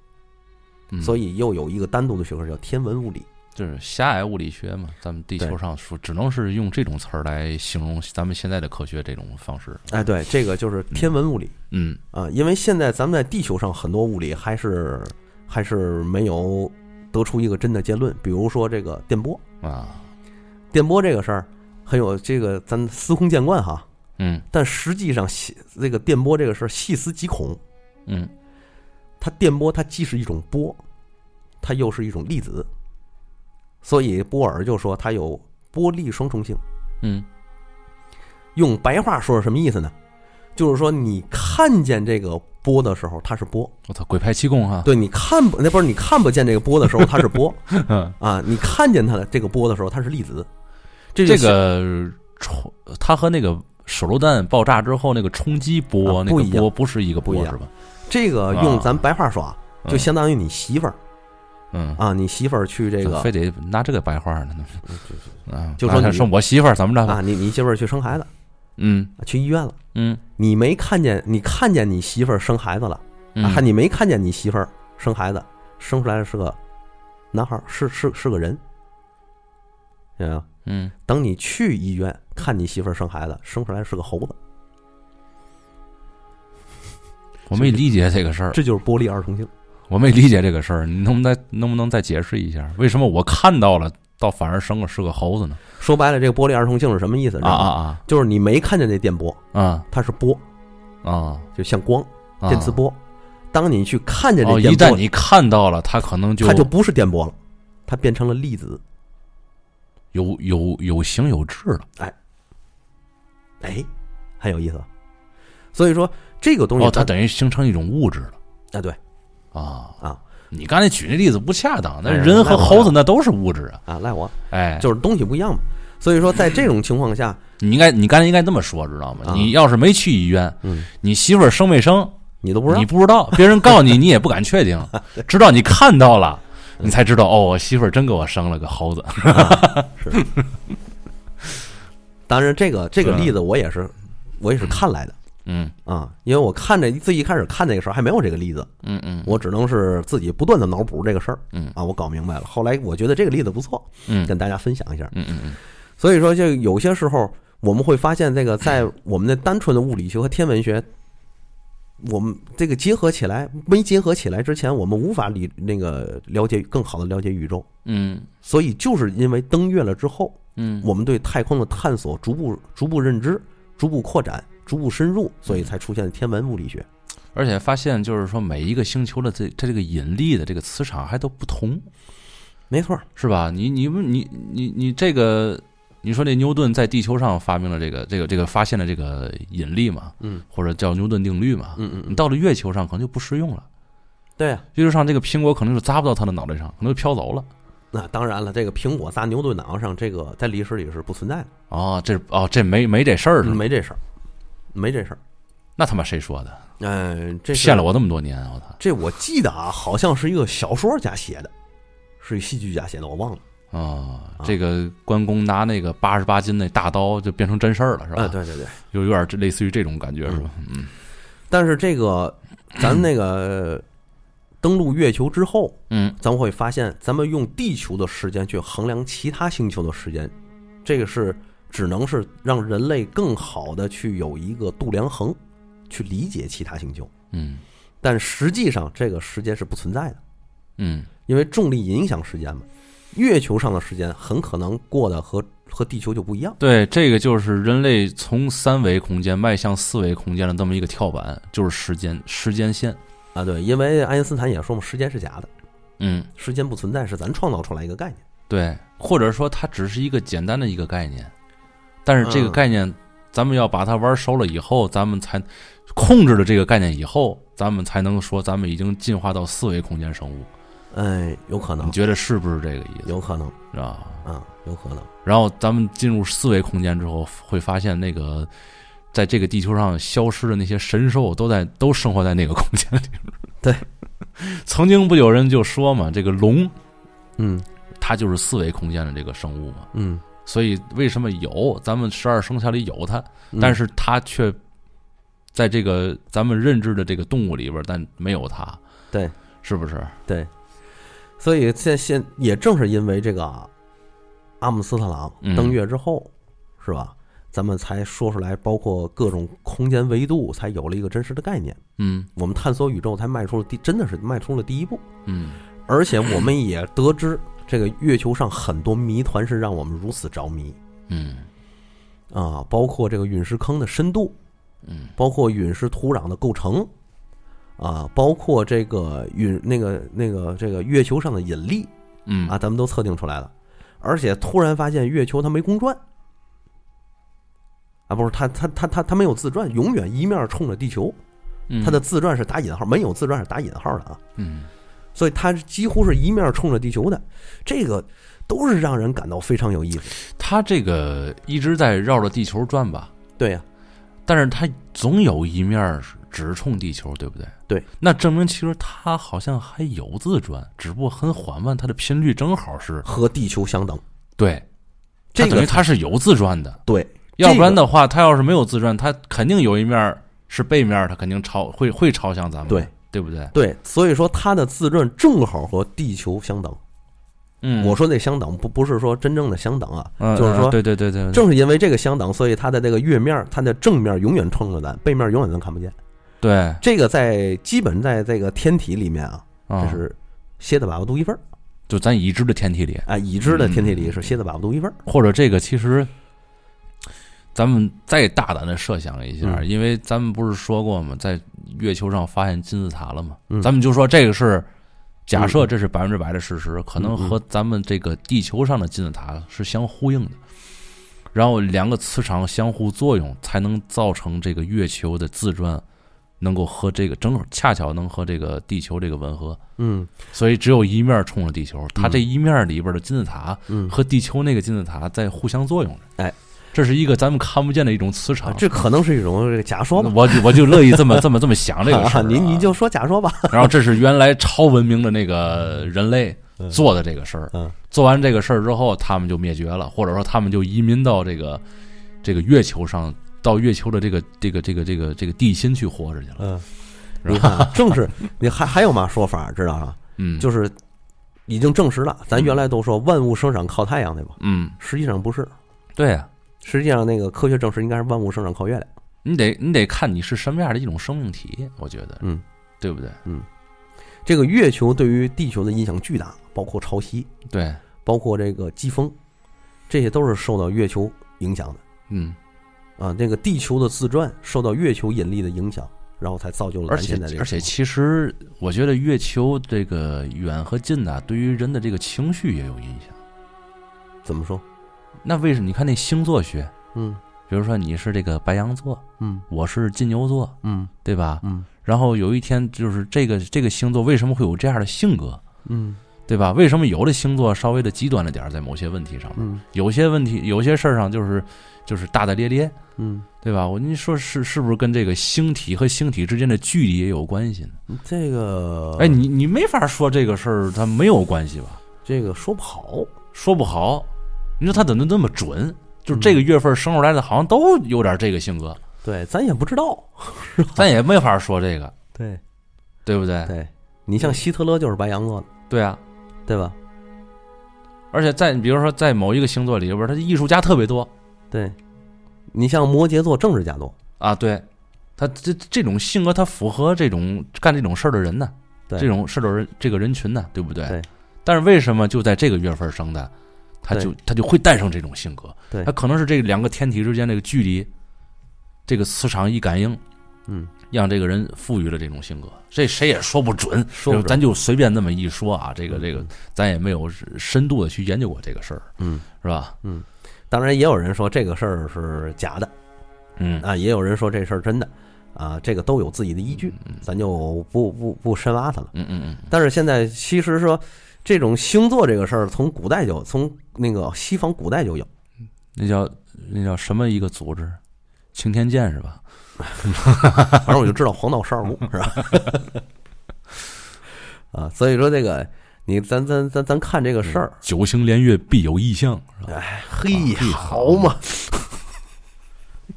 A: 嗯，
B: 所
A: 以
B: 以又有一个单独的学科叫天文物理。
A: 就是狭隘物理学嘛，咱们地球
B: 对
A: 上说只能是用这种词儿来形容咱们现在的科学这种方式。
B: 哎，对，这个就是天文物理
A: 嗯
B: 啊，因为现在咱们在地球上很多物理还是还是没有得出一个真的结论，比如说这个电波，
A: 啊，
B: 电波这个事儿很有这个咱司空见惯哈，
A: 嗯
B: 但实际上细这个电波这个事儿细思极恐，
A: 嗯
B: 它电波它既是一种波，它又是一种粒子，所以波尔就说它有波粒双重性。
A: 嗯
B: 用白话说是什么意思呢？就是说你看见这个波的时候它是波，
A: 我操，鬼拍气功哈，
B: 对你看不那不是你看不见这个波的时候它是 波
A: 嗯
B: 啊，你看见它的这个波的时候它是粒子，这就
A: 这个冲，它和那个手榴弹爆炸之后那个冲击波、
B: 啊
A: 那
B: 不
A: 个
B: 一样
A: 波不是一个
B: 不
A: 波
B: 一样
A: 是吧？
B: 这个
A: 啊
B: 用咱白话说啊，就
A: 嗯
B: 相当于你媳妇儿
A: 嗯，
B: 啊，你媳妇儿去这
A: 怎
B: 个
A: 么非得拿这个白话呢？啊，
B: 就说
A: 那
B: 你
A: 说我媳妇儿怎么着吧？
B: 啊，你你媳妇儿去生孩子，
A: 嗯
B: 去医院了。
A: 嗯
B: 你没看见，你看见你媳妇儿生孩子了，
A: 嗯，
B: 啊，你没看见你媳妇儿生孩子，生出来的是个男孩儿，是是是个人，对啊。
A: 嗯
B: 等你去医院看你媳妇儿生孩子，生出来是个猴子，
A: 我没理解这个事儿，
B: 这就是玻璃二重性。
A: 我没理解这个事儿，你能不能再能不能再解释一下，为什么我看到了，倒反而生个是个猴子呢？
B: 说白了，这个玻璃二重性是什么意思？知
A: 啊
B: 道吗，
A: 啊
B: 就是你没看见这电波，
A: 啊啊
B: 它是波，
A: 啊！
B: 就像光，
A: 啊
B: 电磁波。当你去看见这
A: 哦，一
B: 电
A: 旦
B: 波，
A: 你看到了，它可能就
B: 它就不是电波了，它变成了粒子。
A: 有有有形有质了。
B: 哎，很有意思。所以说这个东西
A: 哦，它等于形成一种物质了
B: 啊，对
A: 啊
B: 啊！
A: 你刚才举那例子不恰当，那
B: 哎
A: 人和
B: 那不
A: 猴子那都是物质啊。
B: 啊，赖我，
A: 哎，
B: 就是东西不一样嘛。所以说，在这 种情况下，
A: 你应该你刚才应该这么说，知道吗？
B: 啊
A: 你要是没去医院，
B: 嗯，
A: 你媳妇儿生没生，
B: 你都不知道
A: 你，不知道，别人告 你，你也不敢确定，直到你看到了，你才知道哦，我媳妇儿真给我生了个猴子。
B: 当然，这个这个
A: 嗯
B: 例子我也是，我也是看来的
A: 嗯
B: 啊，因为我看这最一开始看这个时候还没有这个例子，
A: 嗯嗯
B: 我只能是自己不断的脑补这个事儿，
A: 嗯
B: 啊，我搞明白了。后来我觉得这个例子不错，
A: 嗯
B: 跟大家分享一下。
A: 嗯嗯
B: 所以说，就有些时候我们会发现，这个 在我们的单纯的物理学和天文学，我们这个结合起来没结合起来之前，我们无法理那个了解更好的了解宇宙。
A: 嗯
B: 所以就是因为登月了之后，
A: 嗯嗯
B: 我们对太空的探索逐步逐步认知，逐步扩展、逐步深
A: 嗯
B: 入，所以才出现了天文物理学。
A: 而且发现就是说每一个星球的这它这个引力的这个磁场还都不同，
B: 没错儿，
A: 是吧？你你你你你这个，你说这牛顿在地球上发明了这个这个这个发现了这个引力嘛，
B: 嗯
A: 或者叫牛顿定律嘛，
B: 嗯嗯
A: 你到了月球上可能就不适用了。
B: 对啊，
A: 月球上这个苹果可能就砸不到他的脑袋上，可能就飘走了。
B: 那当然了，这个苹果砸牛顿脑上，这个在历史里是不存在的，
A: 哦，这哦这没没这事儿是吧？
B: 没这事儿，没这事儿。
A: 那他妈谁说的？
B: 嗯、这是
A: 骗了我那么多年，啊我操！
B: 这我记得啊，好像是一个小说家写的，是一戏剧家写的，我忘了。
A: 哦，
B: 啊
A: 这个关公拿那个八十八斤那大刀就变成真事儿了，是吧？
B: 啊，，对对对。
A: 就有点这类似于这种感觉，是吧？嗯
B: 但是这个，咱们那个登陆月球之后，
A: 嗯，
B: 咱们会发现，咱们用地球的时间去衡量其他星球的时间，这个是只能是让人类更好的去有一个度量衡，去理解其他星球。
A: 嗯
B: 但实际上，这个时间是不存在的，
A: 嗯
B: 因为重力影响时间嘛。月球上的时间很可能过得和和地球就不一样。
A: 对，这个就是人类从三维空间迈向四维空间的这么一个跳板，就是时间时间线。
B: 啊，对，因为爱因斯坦也说嘛，时间是假的，
A: 嗯，
B: 时间不存在，是咱创造出来一个概念。
A: 对，或者说它只是一个简单的一个概念，但是这个
B: 嗯
A: 概念，咱们要把它玩熟了以后，咱们才控制了这个概念以后，咱们才能说咱们已经进化到四维空间生物。
B: 哎，有可能
A: 你，觉得是不是这个意思？
B: 有可能
A: 是吧？
B: 啊，有可能。
A: 然后咱们进入四维空间之后，会发现那个在这个地球上消失的那些神兽都在都生活在那个空间里面。
B: 对，
A: 曾经不有人就说嘛，这个龙
B: 嗯
A: 它就是四维空间的这个生物嘛，
B: 嗯，
A: 所以为什么有咱们十二生肖里有它，
B: 嗯
A: 但是它却在这个咱们认知的这个动物里边，但没有它。
B: 对，
A: 是不是？
B: 所以现现也正是因为这个阿姆斯特朗
A: 嗯
B: 登月之后，是吧？咱们才说出来，包括各种空间维度，才有了一个真实的概念。
A: 嗯
B: 我们探索宇宙才迈出了第，真的是迈出了第一步。
A: 嗯
B: 而且我们也得知，这个月球上很多谜团是让我们如此着迷
A: 嗯
B: 啊，包括这个陨石坑的深度，
A: 嗯，
B: 包括陨石土壤的构成，啊，包括这个陨那个那个这个月球上的引力，
A: 嗯
B: 啊，咱们都测定出来了。而且突然发现月球它没公转，啊，不是它它它它它没有自转，永远一面冲着地球，
A: 嗯
B: 它的自转是打引号，没有自转是打引号的啊，
A: 嗯
B: 所以它几乎是一面冲着地球的，这个都是让人感到非常有意思。
A: 它这个一直在绕着地球转吧？
B: 对呀、
A: 但是它总有一面儿直冲地球，对不对？
B: 对，
A: 那证明其实它好像还有自转，只不过很缓慢，它的频率正好是
B: 和地球相等，
A: 对，它
B: 这
A: 等于
B: 个
A: 它是有自转的，
B: 对，
A: 要不然
B: 呢？
A: 的话，它要是没有自转，它肯定有一面儿是背面儿，它肯定朝会会朝向咱们，
B: 对
A: 对不对？
B: 对，所以说它的自转正好和地球相等。
A: 嗯，
B: 我说那相等不不是说真正的相等啊，
A: 嗯
B: 就是说
A: 嗯对对对对，
B: 正是因为这个相等，所以它的这个月面，它的正面永远冲着咱，背面永远咱看不见。
A: 对，
B: 这个在基本在这个天体里面啊，
A: 啊
B: 这是蝎子粑粑独一份儿
A: 就咱已知的天体里，
B: 啊，已知的天体里是蝎子粑粑独一份儿。
A: 或者这个其实，咱们再大胆的设想一下，
B: 嗯
A: 因为咱们不是说过吗？在月球上发现金字塔了吗？
B: 嗯
A: 咱们就说这个是假设，这是百分之百的事实，可
B: 嗯
A: 能和咱们这个地球上的金字塔是相呼应的。然后两个磁场相互作用，才能造成这个月球的自转能够和这个正好恰巧能和这个地球这个吻合，
B: 嗯
A: 所以只有一面冲着地球，它这一面里边的金字塔
B: 嗯，
A: 和地球那个金字塔在互相作用着。
B: 哎，
A: 这是一个咱们看不见的一种磁
B: 啊
A: 场。
B: 这可能是一种这个假说吧。
A: 我就我就乐意这 么这么这么想这个事儿、
B: 啊，您您，就说假说吧。
A: 然后这是原来超文明的那个人类做的这个事儿，
B: 嗯
A: 做完这个事儿之后，他们就灭绝了，或者说他们就移民到这个这个月球上，到月球的这个这个这个这个这个地心去活着去了。
B: 嗯，
A: 是吧
B: 你看啊，正是你还还有嘛说法知道吗？
A: 嗯，
B: 就是已经证实了，咱原来都说万物生长靠太阳对吧？
A: 嗯，
B: 实际上不是，
A: 对啊，
B: 实际上那个科学证实应该是万物生长靠月亮。
A: 你得你得看你是什么样的一种生命体，我觉得，
B: 嗯，
A: 对不对？
B: 这个月球对于地球的影响巨大，包括潮汐，
A: 对，
B: 包括这个季风，这些都是受到月球影响的
A: 嗯
B: 啊，那个地球的自转受到月球引力的影响，然后才造就了
A: 而
B: 咱
A: 且
B: 现在这个
A: 而且，其
B: 情
A: 实我觉得月球这个远和近呐、对于人的这个情绪也有影响。
B: 况怎么说？
A: 那为什么你看那星座学，
B: 嗯
A: 比如说你是这个白羊座，
B: 嗯
A: 我是金牛座，
B: 嗯
A: 对吧？
B: 嗯
A: 然后有一天就是这个这个星座为什么会有这样的性格，
B: 嗯
A: 对吧？为什么有的星座稍微的极端了点儿，在某些问题上面，
B: 嗯
A: 有些问题有些事儿上就是就是大大咧咧，
B: 嗯，
A: 对吧？我你说是是不是跟这个星体和星体之间的距离也有关系呢？
B: 这个
A: 哎，你你没法说这个事儿它没有关系吧？
B: 这个说不好，
A: 说不好，你说他怎么那么准？就是这个月份生出来的，好像都有点这个性 格，
B: 对，咱也不知道。
A: 咱也没法说这个，
B: 对
A: 对不对？
B: 对，你像希特勒就是白羊座的，
A: 对啊，
B: 对吧？
A: 而且在比如说在某一个星座里边，他艺术家特别多
B: 对，你像摩羯座政治家多，
A: 啊，对，他这这种性格，他符合这种干这种事儿的人呢，
B: 对
A: 这种事儿的人这个人群呢，对不对？
B: 对
A: 但是为什么就在这个月份生的，他就他就会诞生这种性格？
B: 对
A: 他可能是这两个天体之间这个距离，这个磁场一感应，
B: 嗯，
A: 让这个人赋予了这种性格，这谁也说不准，
B: 说不准
A: 咱就随便那么一说啊，这个
B: 嗯
A: 这个
B: 嗯，
A: 咱也没有深度的去研究过这个事儿，
B: 嗯，
A: 是吧？
B: 当然也有人说这个事儿是假的
A: 嗯，
B: 啊，也有人说这事儿真的啊，这个都有自己的依据，咱就不不不深挖它了。
A: 嗯嗯嗯，
B: 但是现在其实说这种星座这个事儿，从古代就从那个西方古代就有，
A: 那叫那叫什么一个组织？擎天剑是吧？
B: 反正我就知道黄道十二宫是吧？ 啊，所以说这个你咱咱咱咱看这个事儿，
A: 九星连月必有异象，是吧？
B: 哎，嘿
A: 啊嘿
B: 好嘛。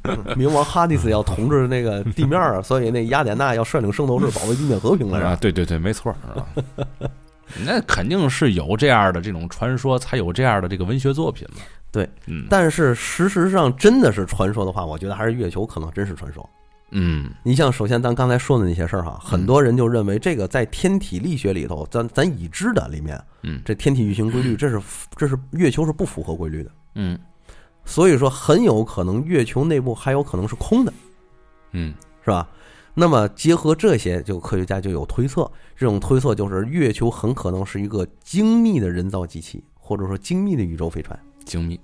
B: 冥王哈迪斯要统治那个地面儿，所以那雅典娜要率领圣斗士保卫地面和平 来
A: 啊，
B: 着。
A: 对对对，没错儿，是吧？ 那肯定是有这样的这种传说，才有这样的这个文学作品嘛。
B: 对，
A: 嗯
B: 但是事实上真的是传说的话，我觉得还是月球可能真是传说。
A: 嗯
B: 你像首先咱刚才说的那些事儿哈，很多人就认为这个在天体力学里头，咱咱已知的里面，
A: 嗯
B: 这天体运行规律，这是这是月球是不符合规律的，
A: 嗯
B: 所以说很有可能月球内部还有可能是空的，
A: 嗯
B: 是吧？那么结合这些，就科学家就有推测，这种推测就是月球很可能是一个精密的人造机器，或者说精密的宇宙飞船。
A: 精密，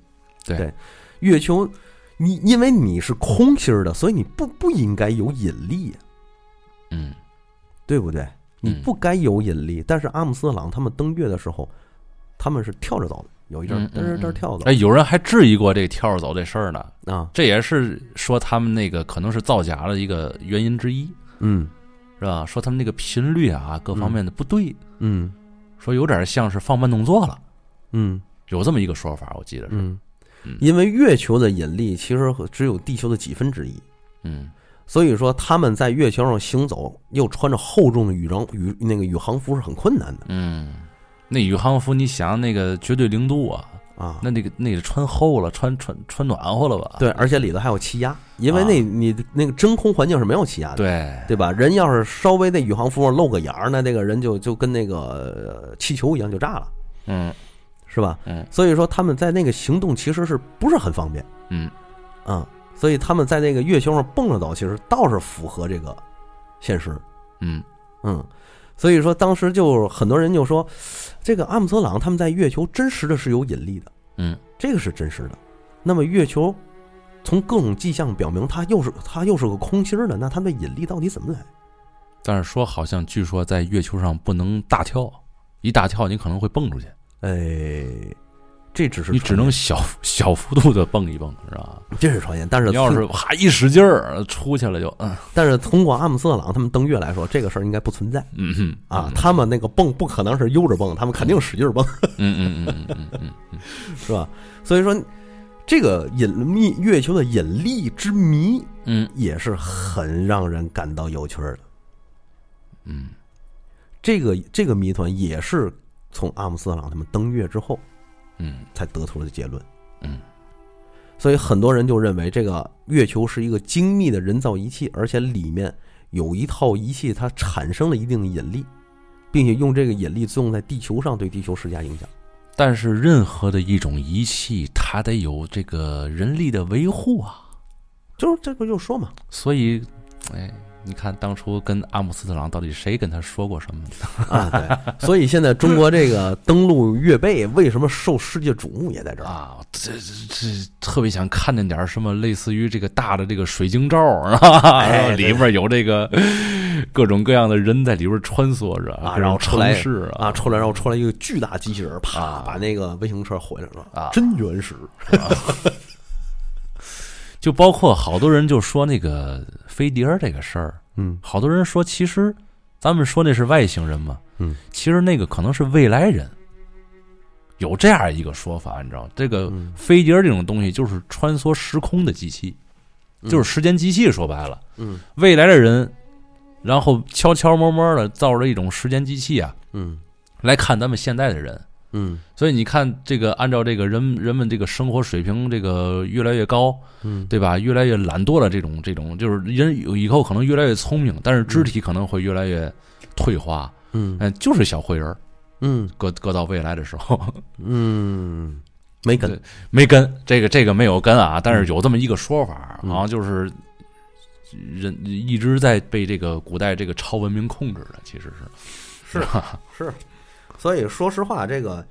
B: 对月球，你因为你是空心儿的，所以你不不应该有引力呀，
A: 嗯
B: 对不对？你不该有引力。但是阿姆斯特朗他们登月的时候，他们是跳着走的，有一阵儿
A: 嗯
B: 嘚儿嘚
A: 嗯
B: 儿跳的
A: 哎，有人还质疑过这跳着走这事儿呢，
B: 啊，
A: 这也是说他们那个可能是造假的一个原因之一，
B: 嗯
A: 是吧？说他们那个频率啊，各方面的不对，
B: 嗯
A: 说有点像是放慢动作了，
B: 嗯
A: 有这么一个说法，我记得是，
B: 嗯
A: 嗯，
B: 因为月球的引力其实和只有地球的几分之一。
A: 嗯
B: 所以说，他们在月球上行走，又穿着厚重的宇装宇那个宇航服是很困难的
A: 嗯。那宇航服，你想那个绝对零度啊，
B: 啊。
A: 那那个那个穿厚了，穿穿穿暖和了吧？
B: 对，而且里头还有气压，因
A: 啊
B: 为那、你那个真空环境是没有气压的，
A: 对，
B: 对吧？人要是稍微那宇航服上露个眼儿，那这个人就就跟那个呃气球一样就炸了，
A: 嗯
B: 是吧？
A: 嗯
B: 所以说他们在那个行动其实是不是很方便
A: 嗯
B: 啊、所以他们在那个月球上蹦着走，其实倒是符合这个现实。
A: 嗯
B: 嗯，所以说当时就很多人就说，这个阿姆斯特朗他们在月球真实的是有引力的，
A: 嗯
B: 这个是真实的。那么月球从各种迹象表明，它又是它又是个空心儿的，那它的引力到底怎么来？
A: 但是说好像据说在月球上不能大跳，一大跳你可能会蹦出去，
B: 哎，这只是
A: 你只
B: 传
A: 能
B: 言
A: 小小幅度的蹦一蹦，是吧？
B: 这是传言，但是
A: 你要
B: 通
A: 是哈一使劲儿出去了就嗯
B: 但是通过阿姆斯特朗他们登月来说，这个事儿应该不存在
A: 嗯嗯
B: 啊。他们那个蹦不可能是悠着蹦，他们肯定使劲儿蹦，
A: 嗯嗯嗯嗯嗯嗯
B: 是吧？所以说，这个引力月球的引力之谜
A: 嗯
B: 也是很让人感到有趣儿的。
A: 嗯
B: 这个这个谜团也是从阿姆斯特朗他们登月之后
A: 嗯
B: 才得出的结论。
A: 嗯，
B: 所以很多人就认为这个月球是一个精密的人造仪器，而且里面有一套仪器，它产生了一定的引力，并且用这个引力作用在地球上，对地球施加影响。
A: 但是任何的一种仪器，它得有这个人力的维护啊，
B: 就是这不就说嘛，
A: 所以，哎，你看当初跟阿姆斯特朗到底谁跟他说过什么？
B: 啊，对，所以现在中国这个登陆越贝为什么受世界瞩目也在这儿？
A: 啊，这这这特别想看见点儿什么类似于这个大的这个水晶罩儿， 啊，
B: 哎
A: 然后里边有这个各种各样的人在里边穿梭着
B: 啊
A: 各种
B: 然后出来
A: 城市啊
B: 啊，出来然后出来一个巨大机器人，啪
A: 啊
B: 把那个微型车毁了，说
A: 啊
B: 真原始
A: 就包括好多人就说那个飞碟儿这个事儿，
B: 嗯，
A: 好多人说其实咱们说那是外星人嘛，
B: 嗯，
A: 其实那个可能是未来人，有这样一个说法，你知道，这个
B: 嗯
A: 飞碟儿这种东西就是穿梭时空的机器，就是时间机器，说白了，
B: 嗯
A: 未来的人，然后悄悄摸摸的造着一种时间机器啊，
B: 嗯
A: 来看咱们现在的人，
B: 嗯
A: 所以你看，这个按照这个人人们这个生活水平这个越来越高，
B: 嗯
A: 对吧？越来越懒惰的这种这种，就是人以后可能越来越聪明，但是肢体可能会越来越退化。
B: 嗯
A: 嗯，就是小灰人儿，
B: 嗯
A: 搁搁到未来的时候
B: 嗯，没跟
A: 对没跟这个这个没有跟啊，但是有这么一个说法，
B: 嗯
A: 好像就是人一直在被这个古代这个超文明控制的，其实是
B: 是
A: 吧？
B: 是，所以说实话，这个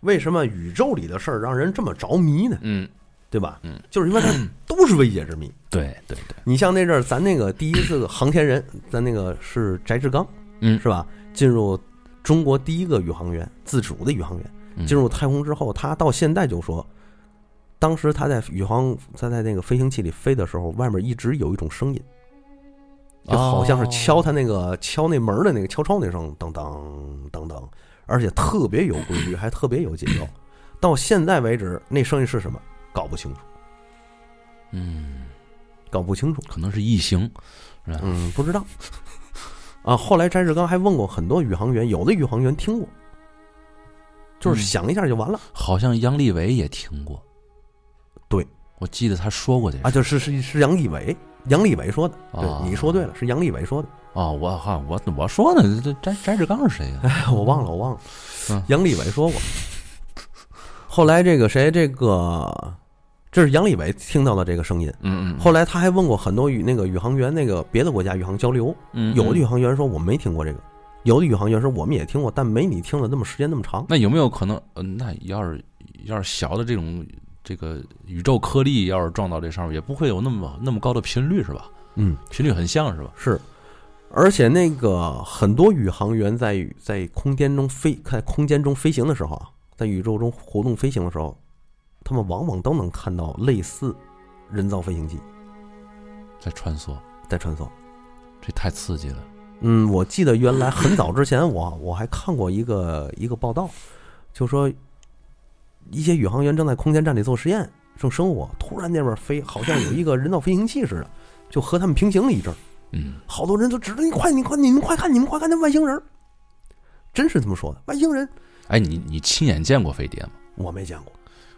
B: 为什么宇宙里的事儿让人这么着迷呢？
A: 嗯，
B: 对吧？
A: 嗯，
B: 就是因为它都是未解之谜。
A: 对对对，
B: 你像那阵儿，咱那个第一次航天人，咱那个是翟志刚，
A: 嗯
B: 是吧？进入中国第一个宇航员，自主的宇航员
A: 嗯
B: 进入太空之后，他到现在就说，当时他在宇航他在那个飞行器里飞的时候，外面一直有一种声音，就
A: 哦
B: 好像是敲他那个敲那门儿的那个敲窗那声，噔噔噔噔，而且特别有规律，还特别有节奏。到现在为止，那声音是什么？搞不清楚，
A: 嗯，
B: 搞不清楚。
A: 可能是异形，是吧？
B: 嗯，不知道。啊，后来翟志刚还问过很多宇航员，有的宇航员听过，就是
A: 嗯
B: 想一下就完了、
A: 好像杨利伟也听过，
B: 对
A: 我记得他说过这事
B: 啊。就是是是杨利伟，杨利伟说的，对，
A: 啊
B: 你说对了，是杨利伟说的。
A: 哦，我哈我我说呢，这翟翟志刚是谁呀、
B: 哎，我忘了，我忘了，
A: 嗯
B: 杨利伟说过。后来这个谁，这个这是杨利伟听到的这个声音。
A: 嗯
B: 后来他还问过很多宇那个宇航员，那个别的国家宇航交流，
A: 嗯
B: 有的宇航员说我们没听过这个，有的宇航员说我们也听过，但没你听的那么时间那么长。
A: 那有没有可能？呃，那要是要是小的这种这个宇宙颗粒，要是撞到这上面，也不会有那么那么高的频率是吧？
B: 嗯，
A: 频率很像是吧？
B: 是，而且那个很多宇航员在宇在空间中飞，在空间中飞行的时候啊，在宇宙中活动飞行的时候，他们往往都能看到类似人造飞行器
A: 在穿梭，
B: 在穿梭。
A: 这太刺激了。
B: 嗯，我记得原来很早之前我，我还看过一个一个报道，就说一些宇航员正在空间站里做实验，正生活，突然那边飞，好像有一个人造飞行器似的，就和他们平行了一阵儿。
A: 嗯，
B: 好多人都指着你快，你快，你们快看，你们快看那外星人儿！真是这么说的，外星人
A: 哎，你你亲眼见过飞碟吗？
B: 我没见过。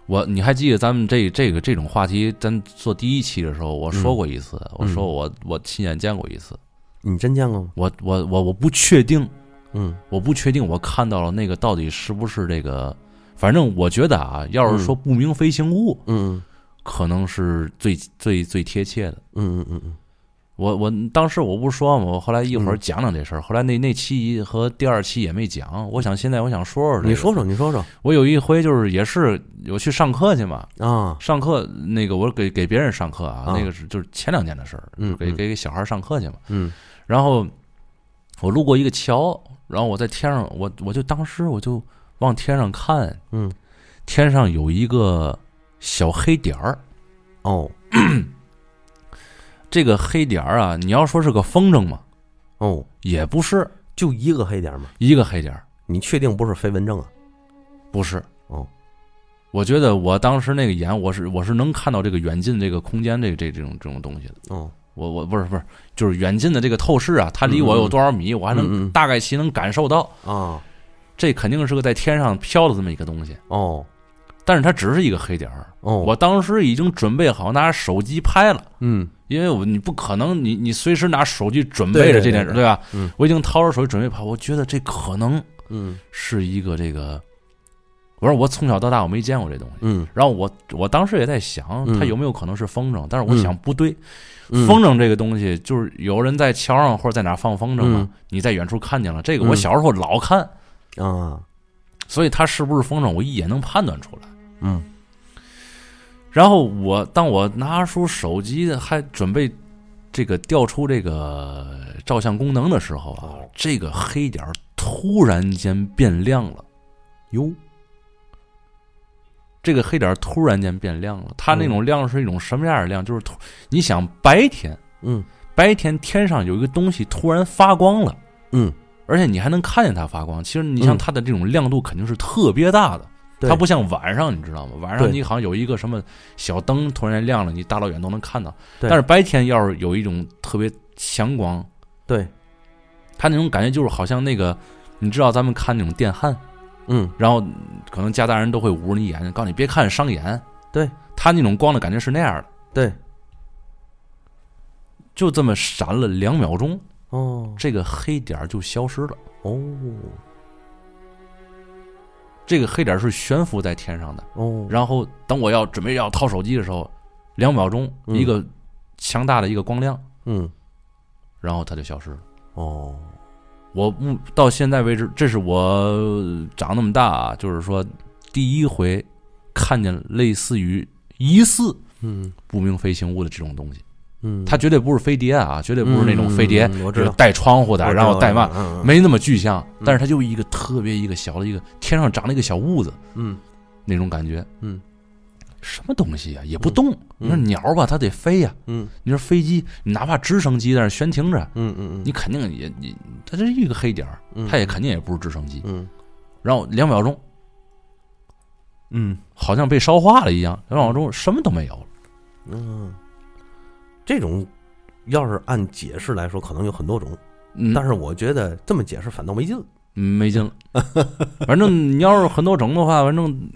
A: 我你还记得咱们这这个这种话题，咱做第一期的时候，我说过一次，我说我我亲眼见过一次，
B: 你真见过吗？
A: 我我我我不确定，
B: 嗯
A: 我不确定我看到了那个到底是不是这个，反正我觉得啊，要是说不明飞行物，
B: 嗯
A: 可能是最最最贴切的。
B: 嗯嗯嗯嗯
A: 我我当时我不是说嘛，我后来一会儿讲讲这事儿。后来那那期和第二期也没讲，我想现在我想说说、这个。
B: 嗯你说，说，你说说
A: 我有一回就是也是有去上课去嘛，
B: 啊，
A: 上课那个我给给别人上课啊，
B: 啊
A: 那个是就是前两年的事儿，
B: 嗯
A: 给
B: 嗯
A: 给给小孩上课去嘛。
B: 嗯
A: 然后我路过一个桥，然后我在天上，我我就当时我就往天上看，
B: 嗯
A: 天上有一个小黑点儿。
B: 哦
A: 这个黑点儿啊，你要说是个风筝嘛，
B: 哦，
A: 也不是
B: 就一个黑点儿嘛，
A: 一个黑点儿，
B: 你确定不是飞蚊症啊？
A: 不是
B: 哦。
A: 我觉得我当时那个眼，我是我是能看到这个远近这个空间这这这种这种东西的。
B: 哦，
A: 我我不是不是，就是远近的这个透视啊，它离我有多少米，我还
B: 嗯
A: 能
B: 嗯
A: 大概其能感受到。
B: 啊
A: 这肯定是个在天上飘的这么一个东西，
B: 哦
A: 但是它只是一个黑点儿。
B: 哦，
A: 我当时已经准备好拿手机拍了。
B: 嗯
A: 因为我你不可能，你你随时拿手机准备着这件事，
B: 对对对对
A: 吧？
B: 嗯
A: 我已经掏出手机准备跑，我觉得这可能
B: 嗯
A: 是一个这个我说我从小到大我没见过这东西。
B: 嗯
A: 然后我我当时也在想，
B: 嗯
A: 它有没有可能是风筝？但是我想不对，
B: 嗯
A: 风筝这个东西就是有人在桥上或者在哪儿放风筝嘛
B: 嗯，
A: 你在远处看见了。这个
B: 嗯
A: 我小时候老看，
B: 啊，
A: 所以它是不是风筝，我一眼能判断出来。
B: 嗯
A: 然后我当我拿出手机还准备这个调出这个照相功能的时候啊，
B: 哦
A: 这个黑点儿突然间变亮了。
B: 哟，
A: 这个黑点儿突然间变亮了，它那种亮是一种什么样的亮？就是突，你想白天，
B: 嗯
A: 白天天上有一个东西突然发光了，
B: 嗯，
A: 而且你还能看见它发光。其实你像
B: 嗯
A: 它的这种亮度肯定是特别大的，
B: 对
A: 它不像晚上，你知道吗？晚
B: 对
A: 上你好像有一个什么小灯突然亮了，你大老远都能看到。
B: 对
A: 但是白天要是有一种特别强光，
B: 对，
A: 它那种感觉就是好像那个，你知道咱们看那种电焊，
B: 嗯
A: 然后可能家大人都会捂着你眼睛，告诉你别看伤眼。
B: 对，
A: 它那种光的感觉是那样的，
B: 对，
A: 就这么闪了两秒钟，
B: 哦
A: 这个黑点儿就消失了。
B: 哦
A: 这个黑点儿是悬浮在天上的。
B: 哦，
A: 然后等我要准备要掏手机的时候，两秒钟
B: 嗯
A: 一个强大的一个光亮，
B: 嗯
A: 然后它就消失了。
B: 哦，
A: 我目到现在为止，这是我长那么大啊，就是说第一回看见类似于疑似
B: 嗯
A: 不明飞行物的这种东西。
B: 嗯，
A: 它绝对不是飞碟啊，绝对不是那种飞碟，
B: 嗯嗯嗯我知
A: 就
B: 道
A: 是带窗户的，然后带
B: 嗯
A: 嘛，
B: 嘛，
A: 没那么具象。
B: 嗯
A: 但是它就一个特别一个小的一个天上长了一个小痦子
B: 嗯
A: 那种感觉，
B: 嗯，
A: 什么东西呀、啊也不动。
B: 嗯
A: 你说鸟吧，它得飞呀、
B: 嗯
A: 你说飞机，你哪怕直升机在那悬停着，
B: 嗯嗯嗯，
A: 你肯定也你它这是一个黑点儿，
B: 嗯
A: 它也肯定也不是直升机。
B: 嗯
A: 然后两秒钟，
B: 嗯
A: 好像被烧化了一样，两秒钟什么都没有了。
B: 嗯，这种要是按解释来说，可能有很多种，
A: 嗯，
B: 但是我觉得这么解释反倒没劲。
A: 嗯，没劲 了。反正你要是很多整的话，反正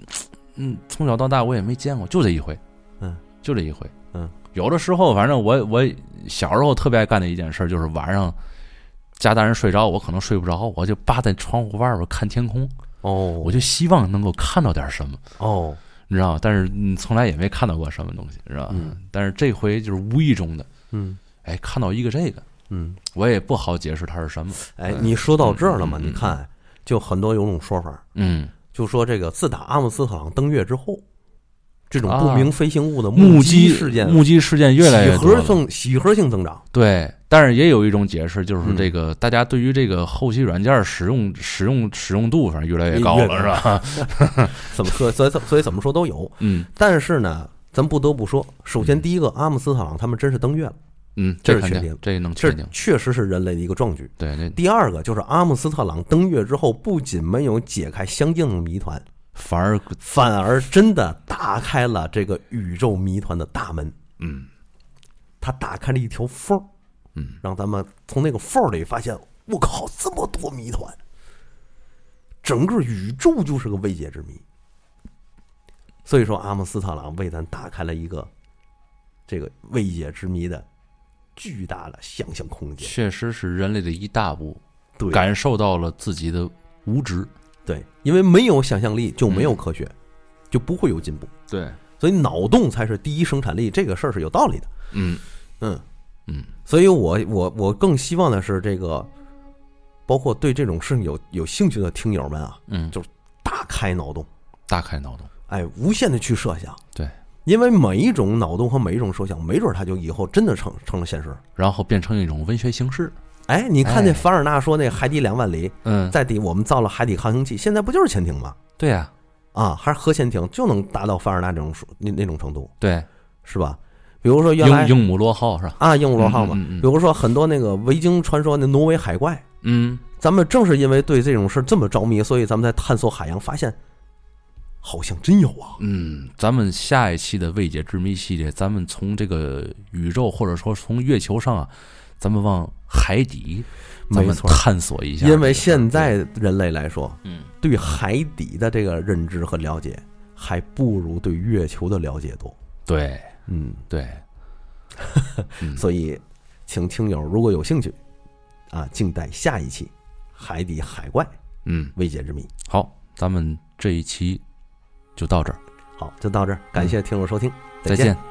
A: 嗯，从小到大我也没见过，就这一回，
B: 嗯，
A: 就这一回，
B: 嗯。
A: 有的时候，反正我我小时候特别爱干的一件事，就是晚上家大人睡着，我可能睡不着，我就扒在窗户外边看天空，
B: 哦，
A: 我就希望能够看到点什么，
B: 哦，
A: 你知道吗？但是嗯从来也没看到过什么东西，知道吧？
B: 嗯
A: 但是这回就是无意中的，
B: 嗯
A: 哎，看到一个这个，
B: 嗯，
A: 我也不好解释它是什么，
B: 哎，你说到这儿了嘛？
A: 嗯嗯
B: 你看，就很多有种说法，
A: 嗯，
B: 就说这个自打阿姆斯特朗登月之后，这种
A: 啊
B: 不明飞行物的
A: 目击
B: 击事件
A: 目击事件越来越
B: 几
A: 多
B: 何
A: 了。
B: 性几何性增长。
A: 对，但是也有一种解释，就是
B: 嗯
A: 这个、大家对于这个后期软件使用使用使用度，反正越来越高
B: 越
A: 了，
B: 高
A: 是吧？
B: 怎么 说？所以所以怎么说都有。
A: 嗯
B: 但是呢，咱不得不说，首先
A: 嗯
B: 第一个，阿姆斯特朗他们真是登月了，
A: 嗯，
B: 这
A: 这肯
B: 是确
A: 定
B: 定，
A: 这能确
B: 这
A: 定。
B: 确实是人类的一个壮举。
A: 对，那
B: 第二个就是阿姆斯特朗登月之后，不仅没有解开相应的谜团，
A: 反而
B: 反而真的打开了这个宇宙谜团的大门。
A: 嗯，
B: 他打开了一条缝儿，
A: 嗯，
B: 让咱们从那个缝儿里发现，我靠，这么多谜团，整个宇宙就是个未解之谜。所以说，阿姆斯特朗为咱打开了一个这个未解之谜的巨大的想象空间。
A: 确实是人类的一大步，
B: 对，
A: 感受到了自己的无知。
B: 对，因为没有想象力就
A: 嗯
B: 没有科学，就不会有进步。
A: 对，
B: 所以脑洞才是第一生产力，这个事儿是有道理的。
A: 嗯
B: 嗯，
A: 嗯，
B: 所以我我我更希望的是这个，包括对这种事情有有兴趣的听友们啊，
A: 嗯，
B: 大开脑洞，
A: 大开脑洞。
B: 哎，无限的去设想。
A: 对，
B: 因为每一种脑洞和每一种设想，没准它就以后真的成成了现实。
A: 然后变成一种文学形式，
B: 哎，你看那
A: 哎
B: 凡尔纳说那海底两万里，
A: 嗯，
B: 在底我们造了海底航行器，现在不就是潜艇吗？
A: 对呀、
B: 啊，还是核潜艇就能达到凡尔纳这种数那那种程度，
A: 对，
B: 是吧？比如说原来
A: 鹦鹦鹉螺号是吧？
B: 啊，鹦鹉螺号嘛，
A: 嗯嗯嗯嗯
B: 比如说很多那个维京传说那挪威海怪，
A: 嗯，
B: 咱们正是因为对这种事儿这么着迷，所以咱们在探索海洋，发现好像真有啊。
A: 嗯，咱们下一期的未解之谜系列，咱们从这个宇宙或者说从月球上啊，咱们往海底，咱
B: 没
A: 们
B: 错
A: 探索一下。
B: 因为现，在人类来说，
A: 嗯，
B: 对海底的这个认知和了解，还不如对月球的了解多。
A: 对
B: 嗯，
A: 对，嗯
B: 所以，请听友如果有兴趣，啊，静待下一期《海底海怪
A: 嗯，
B: 未解之谜》。
A: 好，咱们这一期就到这儿，
B: 好，就到这儿，感谢听众收听，
A: 再嗯
B: 见。
A: 见。